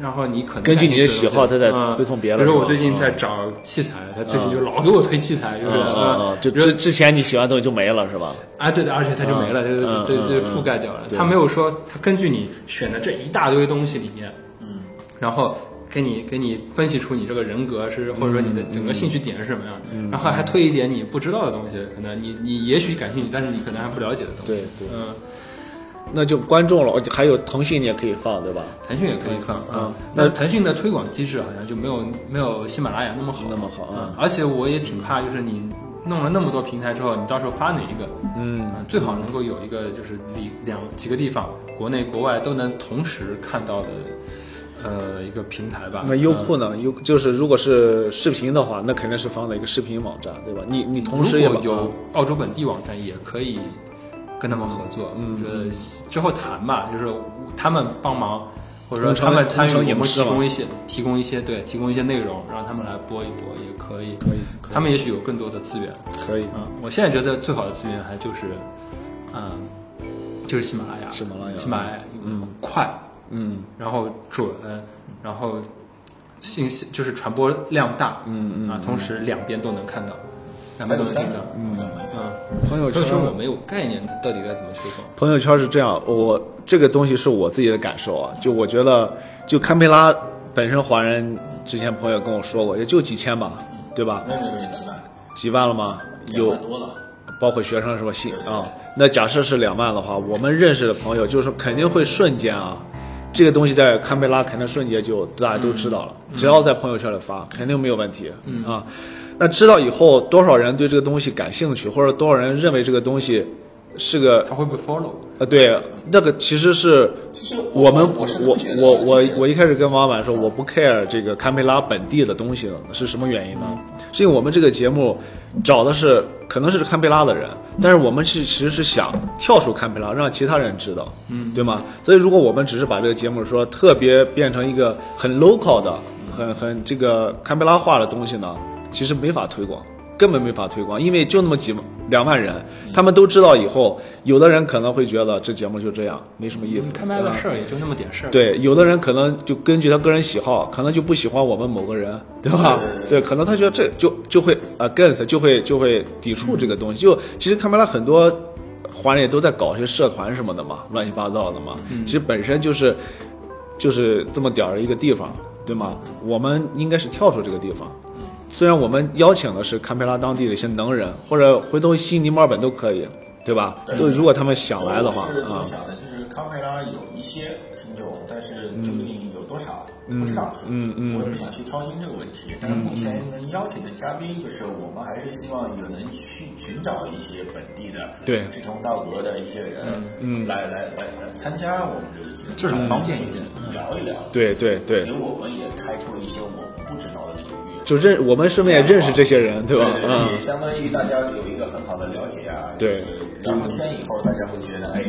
Speaker 2: 然后你可能
Speaker 1: 根据你的
Speaker 2: 感兴
Speaker 1: 喜
Speaker 2: 趣
Speaker 1: 好
Speaker 2: 东西
Speaker 1: 它在
Speaker 2: 嗯
Speaker 1: 推送别的
Speaker 2: 比如说我
Speaker 1: 是吧
Speaker 2: 最近在
Speaker 1: 嗯
Speaker 2: 找器材，他最近就老给我推器材，就是
Speaker 1: 嗯
Speaker 2: 啊
Speaker 1: 嗯嗯，就
Speaker 2: 比如
Speaker 1: 之之前你喜欢的东西就没了是吧？
Speaker 2: 啊，对的，而且它就没了，这
Speaker 1: 嗯
Speaker 2: 个这
Speaker 1: 嗯
Speaker 2: 这
Speaker 1: 嗯嗯
Speaker 2: 覆盖掉了。
Speaker 1: 对
Speaker 2: 他没有说他根据你选的这一大堆东西里面，嗯，然后给你给你分析出你这个人格是或者说你的
Speaker 1: 嗯
Speaker 2: 整个兴趣点是什么样，然后还推一点你不知道的东西，可能你你也许感兴趣，但是你可能还不了解的东西。
Speaker 1: 对对
Speaker 2: 嗯，
Speaker 1: 那就观众了，还有腾讯你也可以放对吧？
Speaker 2: 腾讯也可以放啊
Speaker 1: 嗯，
Speaker 2: 那腾讯的推广机制好像就没有没有喜马拉雅那么好，
Speaker 1: 那么好
Speaker 2: 嗯
Speaker 1: 啊，
Speaker 2: 而且我也挺怕，就是你弄了那么多平台之后，你到时候发哪一个？嗯，最好能够有一个就是里两几个地方，国内国外都能同时看到的，呃，一个平台吧。
Speaker 1: 那优酷
Speaker 2: 嗯
Speaker 1: 呢？优就是如果是视频的话，那肯定是放在一个视频网站对吧？你你
Speaker 2: 嗯
Speaker 1: 同时也
Speaker 2: 如
Speaker 1: 把啊
Speaker 2: 果有澳洲本地网站，也可以跟他们合作。嗯，觉得之后谈吧，就是他们帮忙。或者
Speaker 1: 同
Speaker 2: 说
Speaker 1: 城
Speaker 2: 他们参与，
Speaker 1: 同
Speaker 2: 我
Speaker 1: 城
Speaker 2: 们
Speaker 1: 影视
Speaker 2: 提
Speaker 1: 嘛
Speaker 2: 供一些提供一些对提供一些内容，让他们来播一播也可以。
Speaker 1: 可以可以
Speaker 2: 他们也许有更多的资源。
Speaker 1: 可以
Speaker 2: 嗯，我现在觉得最好的资源还就是，嗯，就是喜马拉雅，
Speaker 1: 喜马拉雅
Speaker 2: 喜马拉雅，
Speaker 1: 嗯，
Speaker 2: 快，
Speaker 1: 嗯
Speaker 2: 然后准，然后信息就是传播量大，
Speaker 1: 嗯嗯
Speaker 2: 啊，同时两边都能看到，两边都能听到，嗯嗯。
Speaker 1: 朋友
Speaker 2: 朋友
Speaker 1: 圈
Speaker 2: 圈我没有概念，它到底该怎么推广？
Speaker 1: 朋友圈是这样，我这个东西是我自己的感受啊，就我觉得，就堪培拉本身华人，之前朋友跟我说过，也就几千吧，对吧？
Speaker 3: 那个几万，
Speaker 1: 几万了吗？
Speaker 3: 两
Speaker 1: 有
Speaker 3: 万多了，
Speaker 1: 包括学生是吧？新啊，那假设是两万的话，我们认识的朋友就是说肯定会瞬间啊，这个东西在堪培拉肯定瞬间就大家都知道了，
Speaker 3: 嗯
Speaker 1: 只要在朋友圈里发，肯定没有问题、啊。那知道以后，多少人对这个东西感兴趣，或者多少人认为这个东西是个
Speaker 2: 它会不会 follow？
Speaker 1: 呃，对，那个其实是
Speaker 3: 其实
Speaker 1: 我们
Speaker 3: 我是这
Speaker 1: 我
Speaker 3: 么觉得的
Speaker 1: 我我
Speaker 3: 就是
Speaker 1: 我一开始跟王老板说，我不 care 这个堪培拉本地的东西了，是什么原因呢？是因为我们这个节目找的是可能是堪培拉的人，但是我们是其实是想跳出堪培拉，让其他人知道，嗯，对吗？所以如果我们只是把这个节目说特别变成一个很 local 的、很很这个堪培拉化的东西呢，其实没法推广。根本没法推广，因为就那么几两万人，他们都知道以后，有的人可能会觉得这节目就这样，没什么意思。
Speaker 2: 嗯看麦的事儿也就那么点事儿。，
Speaker 1: 对，有的人可能就根据他个人喜好，可能就不喜欢我们某个人，对吧？对，可能他觉得这就就会 against，就会就会抵触这个东西。就其实看来很多华人也都在搞一些社团什么的嘛，乱七八糟的嘛。
Speaker 3: 嗯
Speaker 1: 其实本身就是就是这么点儿一个地方，对吗？我们应该是跳出这个地方。
Speaker 3: 嗯
Speaker 1: 虽然我们邀请的是堪培拉当地的一些能人，或者回头悉尼、墨尔本都可以，对吧？
Speaker 3: 对
Speaker 1: 就如果他们想来的话
Speaker 3: 我是这
Speaker 1: 啊
Speaker 3: 么，想的，就是康培拉有一些听众，但是究竟有多少不知道。
Speaker 1: 嗯嗯嗯
Speaker 3: 我也不想去操心这个问题。但是目前能邀请的嘉宾，就是我们还是希望有能去寻找一些本地的
Speaker 1: 对
Speaker 3: 志同道合的一些人，
Speaker 1: 嗯
Speaker 3: 来来来来参加我们这一节目，
Speaker 2: 这种方便一点
Speaker 3: 点聊一聊，，
Speaker 1: 对对对
Speaker 3: 给。我们也开拓一些我们不知道的领域。
Speaker 1: 就认我们顺便也认识这些人，对吧？
Speaker 3: 对
Speaker 1: 嗯
Speaker 3: 也，相当于大家有一个很好的了解啊。
Speaker 1: 对，
Speaker 3: 聊过天以后，大家会觉得，哎，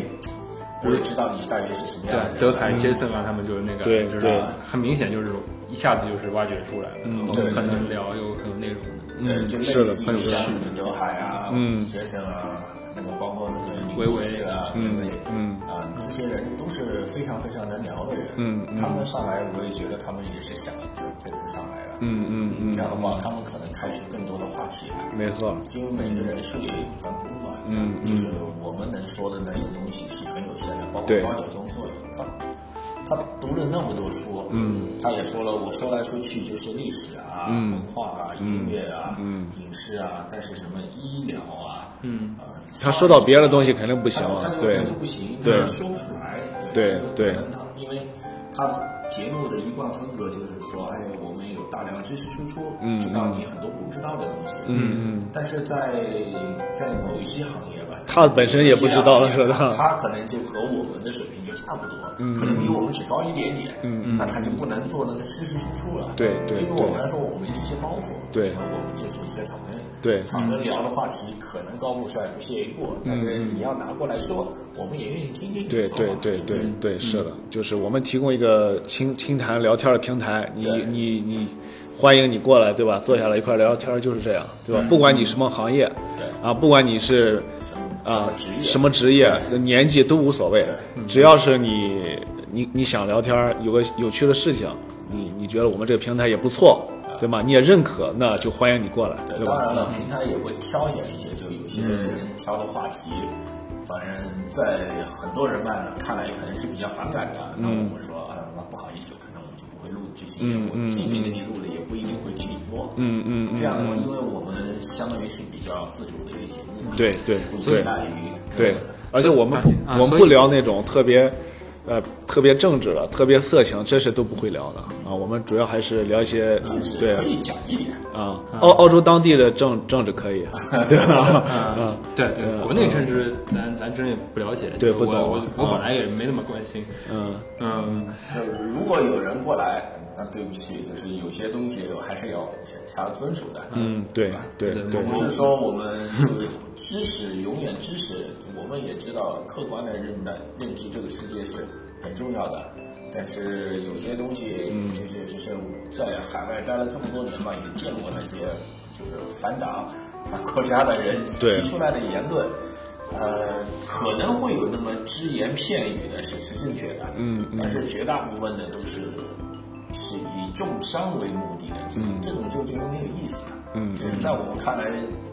Speaker 3: 我也知道你大约是什么样的人。
Speaker 2: 对，德凯、Jason 啊，他们就是那个，
Speaker 1: 对
Speaker 2: 就是
Speaker 1: 对嗯
Speaker 2: 很明显就是一下子就是挖掘出来了，然后
Speaker 3: 对
Speaker 2: 很能聊又很有内容。
Speaker 3: 对，就类
Speaker 1: 是的
Speaker 3: 似
Speaker 1: 很
Speaker 3: 于
Speaker 1: 有
Speaker 3: 像
Speaker 1: 趣
Speaker 3: 刘海啊，
Speaker 1: 嗯
Speaker 3: 学生啊，那个包括那个
Speaker 2: 维维
Speaker 3: 啊，
Speaker 1: 嗯
Speaker 3: 维维
Speaker 1: 嗯
Speaker 3: 啊，这些人都是非常非常能聊的人。
Speaker 1: 嗯嗯
Speaker 3: 他们上来，我也觉得他们也是想这这次上来了。
Speaker 1: 嗯嗯嗯
Speaker 3: 这样的话，他们可能开出更多的话题来。
Speaker 1: 没错，
Speaker 3: 因为每个人视野也不全不嘛，
Speaker 1: 嗯嗯
Speaker 3: 就是我们能说的那些东西是很有限的，包括
Speaker 1: 对
Speaker 3: 高晓松做的，他他读了那么多书，
Speaker 1: 嗯，
Speaker 3: 他也说了，我说来说去就是历史啊、
Speaker 1: 嗯
Speaker 3: 文化啊、音乐啊、
Speaker 1: 嗯
Speaker 3: 影视啊，但是什么医疗啊，
Speaker 2: 嗯
Speaker 3: 呃，
Speaker 1: 他说到别的东西肯定不行
Speaker 3: 他
Speaker 1: 了啊
Speaker 3: 就，
Speaker 1: 对
Speaker 3: 他就不行，
Speaker 1: 对
Speaker 3: 他就说不出来，
Speaker 1: 对
Speaker 3: 对，
Speaker 1: 对
Speaker 3: 可能他因为他节目的一贯风格就是说，哎，我们有大量知识输出，
Speaker 1: 嗯
Speaker 3: 知道你很多不知道的东西，
Speaker 1: 嗯嗯，
Speaker 3: 但是在在某一些行业吧，
Speaker 1: 他本身也不知道了是吧
Speaker 3: 他可能就和我们的水平就差不多，可能比我们只高一点点，
Speaker 1: 嗯
Speaker 3: 那他就不能做那个知识输出了，
Speaker 1: 对对
Speaker 3: 对于我们来说，我们有一些包袱，
Speaker 1: 对嗯
Speaker 3: 那我们就是一些草根，
Speaker 1: 对
Speaker 3: 草根聊的话题可能高富帅不屑一顾，但是你要拿过来说，我们也愿意听听你
Speaker 1: 嗯对
Speaker 3: 的说法，
Speaker 1: 对对对对，是的，就是我们提供一个清清谈聊天的平台，你
Speaker 3: 对
Speaker 1: 你你欢迎你过来，对吧？坐下来一块儿聊聊天儿，就是这样，对吧？不管你什么行业，
Speaker 3: 对
Speaker 1: 啊，不管你是啊
Speaker 3: 职业
Speaker 1: 什么职业、年纪都无所谓，只要是你你你想聊天儿，有个有趣的事情，你你觉得我们这个平台也不错，对吧？你也认可，那就欢迎你过来，对
Speaker 3: 当然
Speaker 1: 吧？嗯
Speaker 3: 了，平台也会挑选一些，就有些人挑的话题，反正在很多人看看来可能是比较反感的。那我们说，啊，那不好意思，可能我们就不会录这些，我即便给你录了，也不一定会给你播。
Speaker 1: 嗯嗯嗯
Speaker 3: 这样的话，因为我们相当于是比较自主的一个节目，
Speaker 1: 对对
Speaker 3: 不
Speaker 1: 对
Speaker 3: 依赖于
Speaker 1: 对，而且我们不
Speaker 2: 嗯所以啊
Speaker 1: 我们
Speaker 2: 所
Speaker 1: 不
Speaker 2: 以
Speaker 1: 聊那种特别。呃，特别政治的、特别色情，这是都不会聊的啊。我们主要还是聊一些
Speaker 3: 政治
Speaker 1: 对
Speaker 3: 可以讲一点，
Speaker 1: 啊，澳澳洲当地的政政治可 以，对吧？
Speaker 2: 啊
Speaker 1: 嗯，
Speaker 2: 对对，国内政治咱咱真也不了解，
Speaker 1: 对
Speaker 2: 就是
Speaker 1: 不
Speaker 2: 我
Speaker 1: 懂
Speaker 2: 我我
Speaker 1: 嗯
Speaker 2: 本来也没那么关心，
Speaker 1: 嗯
Speaker 2: 嗯，
Speaker 3: 就是如果有人过来，那对不起，就是有些东西还是要还要遵守的。
Speaker 1: 嗯，对对
Speaker 2: 对
Speaker 1: 对
Speaker 2: 我
Speaker 3: 不是说我们就支持永远支持，我们也知道客观的认的认知这个世界是很重要的，但是有些东西
Speaker 1: 嗯
Speaker 3: 就是就是在海外待了这么多年嘛，也见过那些就是反党、反国家的人
Speaker 1: 对
Speaker 3: 提出来的言论。呃，可能会有那么只言片语的是是正确的，
Speaker 1: 嗯嗯
Speaker 3: 但是绝大部分的都是是以重伤为目的的，这种这种就觉得没有意思了。
Speaker 1: 嗯
Speaker 3: 就是在我们看来，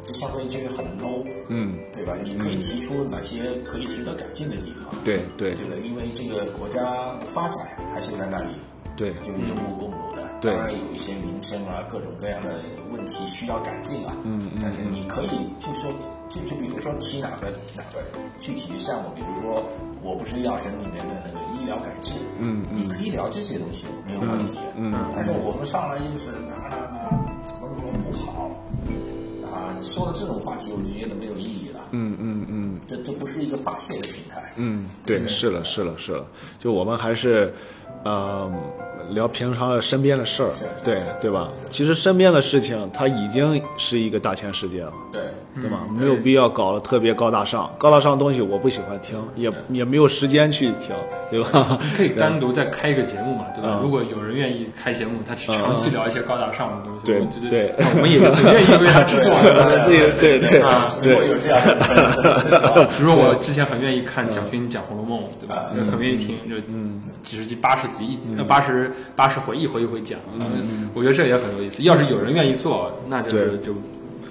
Speaker 3: 就相当于就是很 low，
Speaker 1: 嗯，
Speaker 3: 对吧？你可以提出哪些可以值得改进的地方，
Speaker 1: 对对
Speaker 3: 对的，因为这个国家发展还是在那里，
Speaker 1: 对
Speaker 3: 就有目共睹的。
Speaker 1: 对
Speaker 3: 当然有一些民生啊，各种各样的问题需要改进啊。嗯但是你可以就说，就就比如说提哪个哪个具体的项目，比如说我不是药神里面的那个医疗改进，
Speaker 1: 嗯
Speaker 3: 嗯，你可以聊这些东西没有问题，
Speaker 1: 嗯嗯
Speaker 3: 但是我们上来就是啊啊啊，怎么怎么不好啊，说的这种话题，我就觉得没有意义了。
Speaker 1: 嗯嗯嗯
Speaker 3: 这这不是一个发泄的平台。
Speaker 1: 嗯，对，是了是了是了，就我们还是，嗯，聊平常的身边的事儿，对对吧？其实身边的事情，它已经是一个大千世界了。
Speaker 3: 对，
Speaker 1: 对吧？
Speaker 2: 嗯
Speaker 1: 没有必要搞得特别高大上，高大上的东西我不喜欢听，也也没有时间去听，对吧？
Speaker 2: 可以单独再开一个节目嘛，对吧？
Speaker 1: 嗯
Speaker 2: 如果有人愿意开节目，他长期聊一些高大上的东西，
Speaker 1: 对
Speaker 2: 我觉得
Speaker 1: 对
Speaker 2: 那 我们 也很愿意为他制作。
Speaker 1: 对 自己对对
Speaker 2: 啊
Speaker 3: 如
Speaker 1: 对
Speaker 3: 果有这样的人，
Speaker 2: 比如说我之前很愿意看蒋勋讲《红楼梦》，对吧？
Speaker 1: 嗯
Speaker 2: 就很愿意听，就几十集、八十集、一集、呃八十八十回，一回一回讲。
Speaker 1: 嗯
Speaker 2: 嗯我觉得这也很有意思。要是有人愿意做，那真是就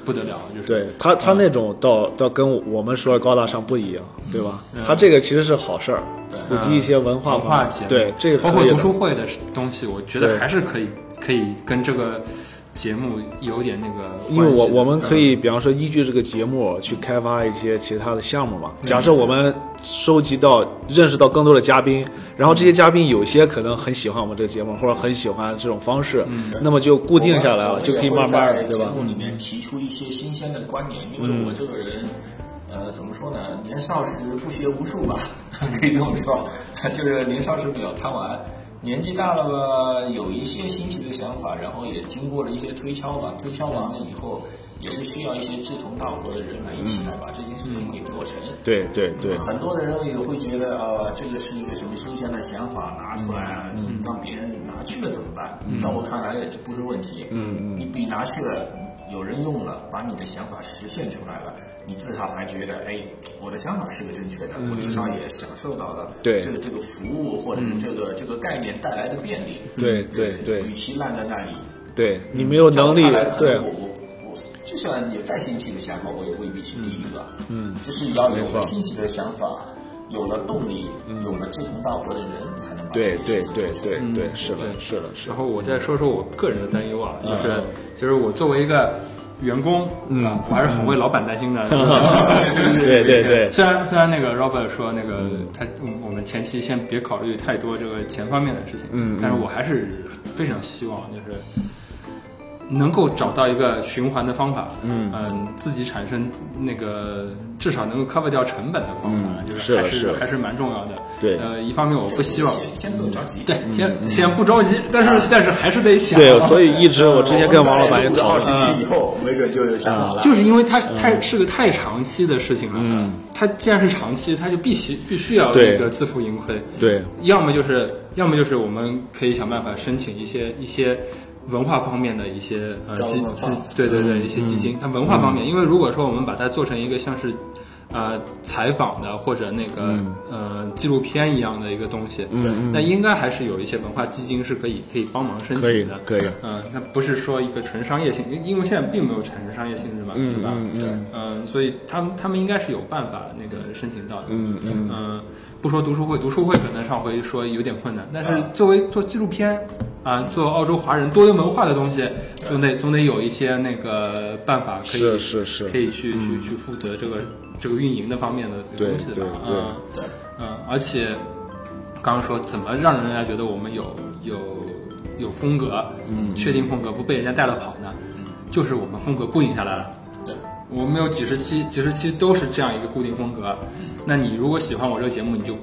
Speaker 2: 不得了，就是
Speaker 1: 对他，他那种倒倒跟我们说的高大上不一样，对吧？他这个其实是好事儿，普及一些文化
Speaker 2: 嗯啊文化
Speaker 1: 方
Speaker 2: 节目，
Speaker 1: 对这个
Speaker 2: 包括
Speaker 1: 可以的
Speaker 2: 读书会的东西，我觉
Speaker 1: 对
Speaker 2: 得还是可以可以跟这个节目有点那个关系的，嗯
Speaker 1: 因为我我们可以，比方说依据这个节目去开发一些其他的项目嘛。假设我们收集到、认识到更多的嘉宾，然后这些嘉宾有些可能很喜欢我们这个节目，或者很喜欢这种方式，那么就固定下来了，就可以慢慢
Speaker 3: 我
Speaker 1: 儿
Speaker 3: 也会
Speaker 1: 对
Speaker 3: 在
Speaker 1: 吧嗯
Speaker 3: 节？目里面提出一些新鲜的观点，因为我这个人，呃，怎么说呢？年少时不学无术吧，可以这么说，就是年少时比较贪玩。年纪大了吧，有一些新奇的想法，然后也经过了一些推敲吧，推敲完了以后，也是需要一些志同道合的人来一起来把这件事情给做成。
Speaker 1: 对对对
Speaker 3: 很多的人也会觉得，呃，这个是一个什么新鲜的想法，拿出来啊，
Speaker 1: 嗯
Speaker 3: 让别人拿去了怎么办？在我看来也不是问题。嗯嗯，你笔拿去了，有人用了，把你的想法实现出来了，你至少还觉得，哎，我的想法是个正确的，我至少也享受到了
Speaker 1: 嗯对
Speaker 3: 这个这个服务或者是这个这个概念带来的便利。
Speaker 1: 对对对
Speaker 3: 与其烂在那里，
Speaker 1: 对，你没有能力
Speaker 3: 在我看来可
Speaker 1: 对
Speaker 3: 能我。我我就算有再新奇的想法，我也未必去第一个。嗯，就是要
Speaker 1: 没
Speaker 3: 有
Speaker 1: 错嗯
Speaker 3: 了新奇的想法，有了动力，有了志同道合的人，才能把
Speaker 1: 对
Speaker 3: 这
Speaker 1: 对
Speaker 3: 个事情
Speaker 1: 对
Speaker 3: 做成。
Speaker 1: 对对
Speaker 2: 嗯
Speaker 1: 是的
Speaker 2: 对
Speaker 1: 是的是的
Speaker 2: 然后我再说说我个人的担忧啊，就是
Speaker 1: 嗯
Speaker 2: 就是我作为一个员工，
Speaker 1: 嗯
Speaker 2: 啊我还是很为老板担心的。
Speaker 1: 对对对
Speaker 2: 虽然虽然那个 Robert 说那个他嗯我们前期先别考虑太多这个钱方面的事情，
Speaker 1: 嗯嗯
Speaker 2: 但是我还是非常希望就是能够找到一个循环的方法，嗯自己产生那个至少能够 cover 掉成本的方法，
Speaker 1: 嗯
Speaker 2: 就是
Speaker 1: 的
Speaker 2: 还
Speaker 1: 是的
Speaker 2: 还是蛮重要的。
Speaker 1: 对
Speaker 2: 呃，一方面我不希望
Speaker 3: 先先不用着急。嗯
Speaker 2: 对，先先不着急，但是但是还是得想。啊
Speaker 1: 对，所以一直我之前跟王老板也讨
Speaker 3: 二
Speaker 1: 论，嗯
Speaker 3: 十期以后，没准就有想法了。
Speaker 2: 就是因为它太是个太长期的事情了，嗯，它既然是长期，它就必须必须要
Speaker 1: 对
Speaker 2: 那个自负盈亏，
Speaker 1: 对
Speaker 2: 要么就是要么就是我们可以想办法申请一些一些文化方面的一些呃
Speaker 3: 高
Speaker 2: 基
Speaker 3: 文化
Speaker 2: 基，对对对，一些基金。它文化方面，因为如果说我们把它做成一个像是呃采访的或者那个、呃纪录片一样的一个东西，那应该还是有一些文化基金是可以可以帮忙申
Speaker 1: 可以
Speaker 2: 请的。
Speaker 1: 可以，
Speaker 2: 嗯，它不是说一个纯商业性，因因为现在并没有产生商业性质嘛，对吧？
Speaker 1: 嗯嗯
Speaker 2: 嗯，所以他们他们应该是有办法那个申请到的。嗯嗯不说读书会，读书会可能上回说有点困难，但是作为做纪录片啊，做澳洲华人多元文化的东西，总得总得有一些那个办法可以
Speaker 1: 是是是嗯
Speaker 2: 可以去、去去负责这个这个运营的方面的
Speaker 1: 对
Speaker 2: 东西的吧？
Speaker 1: 对对
Speaker 2: 嗯
Speaker 3: 对
Speaker 2: 嗯，而且刚刚说怎么让人家觉得我们有有有风格，嗯，确定风格不被人家带了跑呢？就是我们风格固定下来了。
Speaker 3: 对，
Speaker 2: 我们有几十期，几十期都是这样一个固定风格。那你如果喜欢我这个节目，你就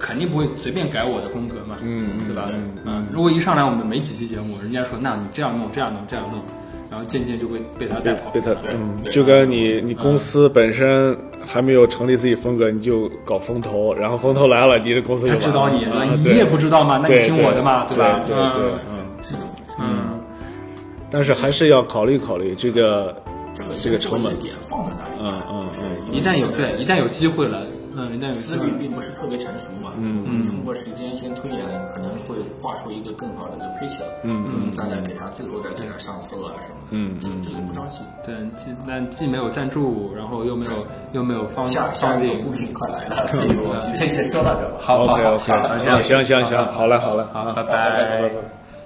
Speaker 2: 肯定不会随便改我的风格嘛，嗯，对吧？嗯，如果一上来我们没几期节目，人家说那你这样弄，这样弄，这样弄，然后渐渐就会被他
Speaker 1: 被
Speaker 2: 带跑了。
Speaker 1: 被他
Speaker 2: 对
Speaker 1: 嗯，就跟你你公司本身还没有成立自己风格，你就搞风投，然后风投来了，你这公司就
Speaker 2: 他
Speaker 1: 完
Speaker 2: 知道你
Speaker 1: 了
Speaker 2: 了，
Speaker 1: 啊
Speaker 2: 你
Speaker 1: 对
Speaker 2: 也不知道嘛，那你
Speaker 1: 对
Speaker 2: 听我的嘛，
Speaker 1: 对
Speaker 2: 吧？
Speaker 1: 对对对嗯，
Speaker 2: 嗯，
Speaker 1: 但是还是要考虑考虑这个
Speaker 3: 这个
Speaker 1: 这个成本
Speaker 3: 的点放在哪里？
Speaker 1: 嗯嗯
Speaker 3: 就是
Speaker 1: 嗯
Speaker 2: 一旦有对，一旦有机会了，嗯，一旦有机
Speaker 3: 思
Speaker 2: 会
Speaker 3: 虑，并不是特别成熟嘛，嗯嗯，通过时间先推演，可能会画出一个更好的一个 picture，嗯嗯，再来给它最后再给它上色啊什么的，嗯嗯，这个不着急，
Speaker 2: 对，既那既没有赞助，然后又没有又没有放
Speaker 3: 下下
Speaker 2: 放
Speaker 3: 一
Speaker 2: 这
Speaker 3: 个
Speaker 2: 个，
Speaker 3: 物品快来了，所以我们今天先说到这吧。
Speaker 2: 好好
Speaker 1: OK
Speaker 2: 好，
Speaker 1: OK，
Speaker 2: 好，
Speaker 1: 行行行行，好嘞好嘞，
Speaker 2: 好，拜
Speaker 1: 拜
Speaker 2: 拜
Speaker 1: 拜。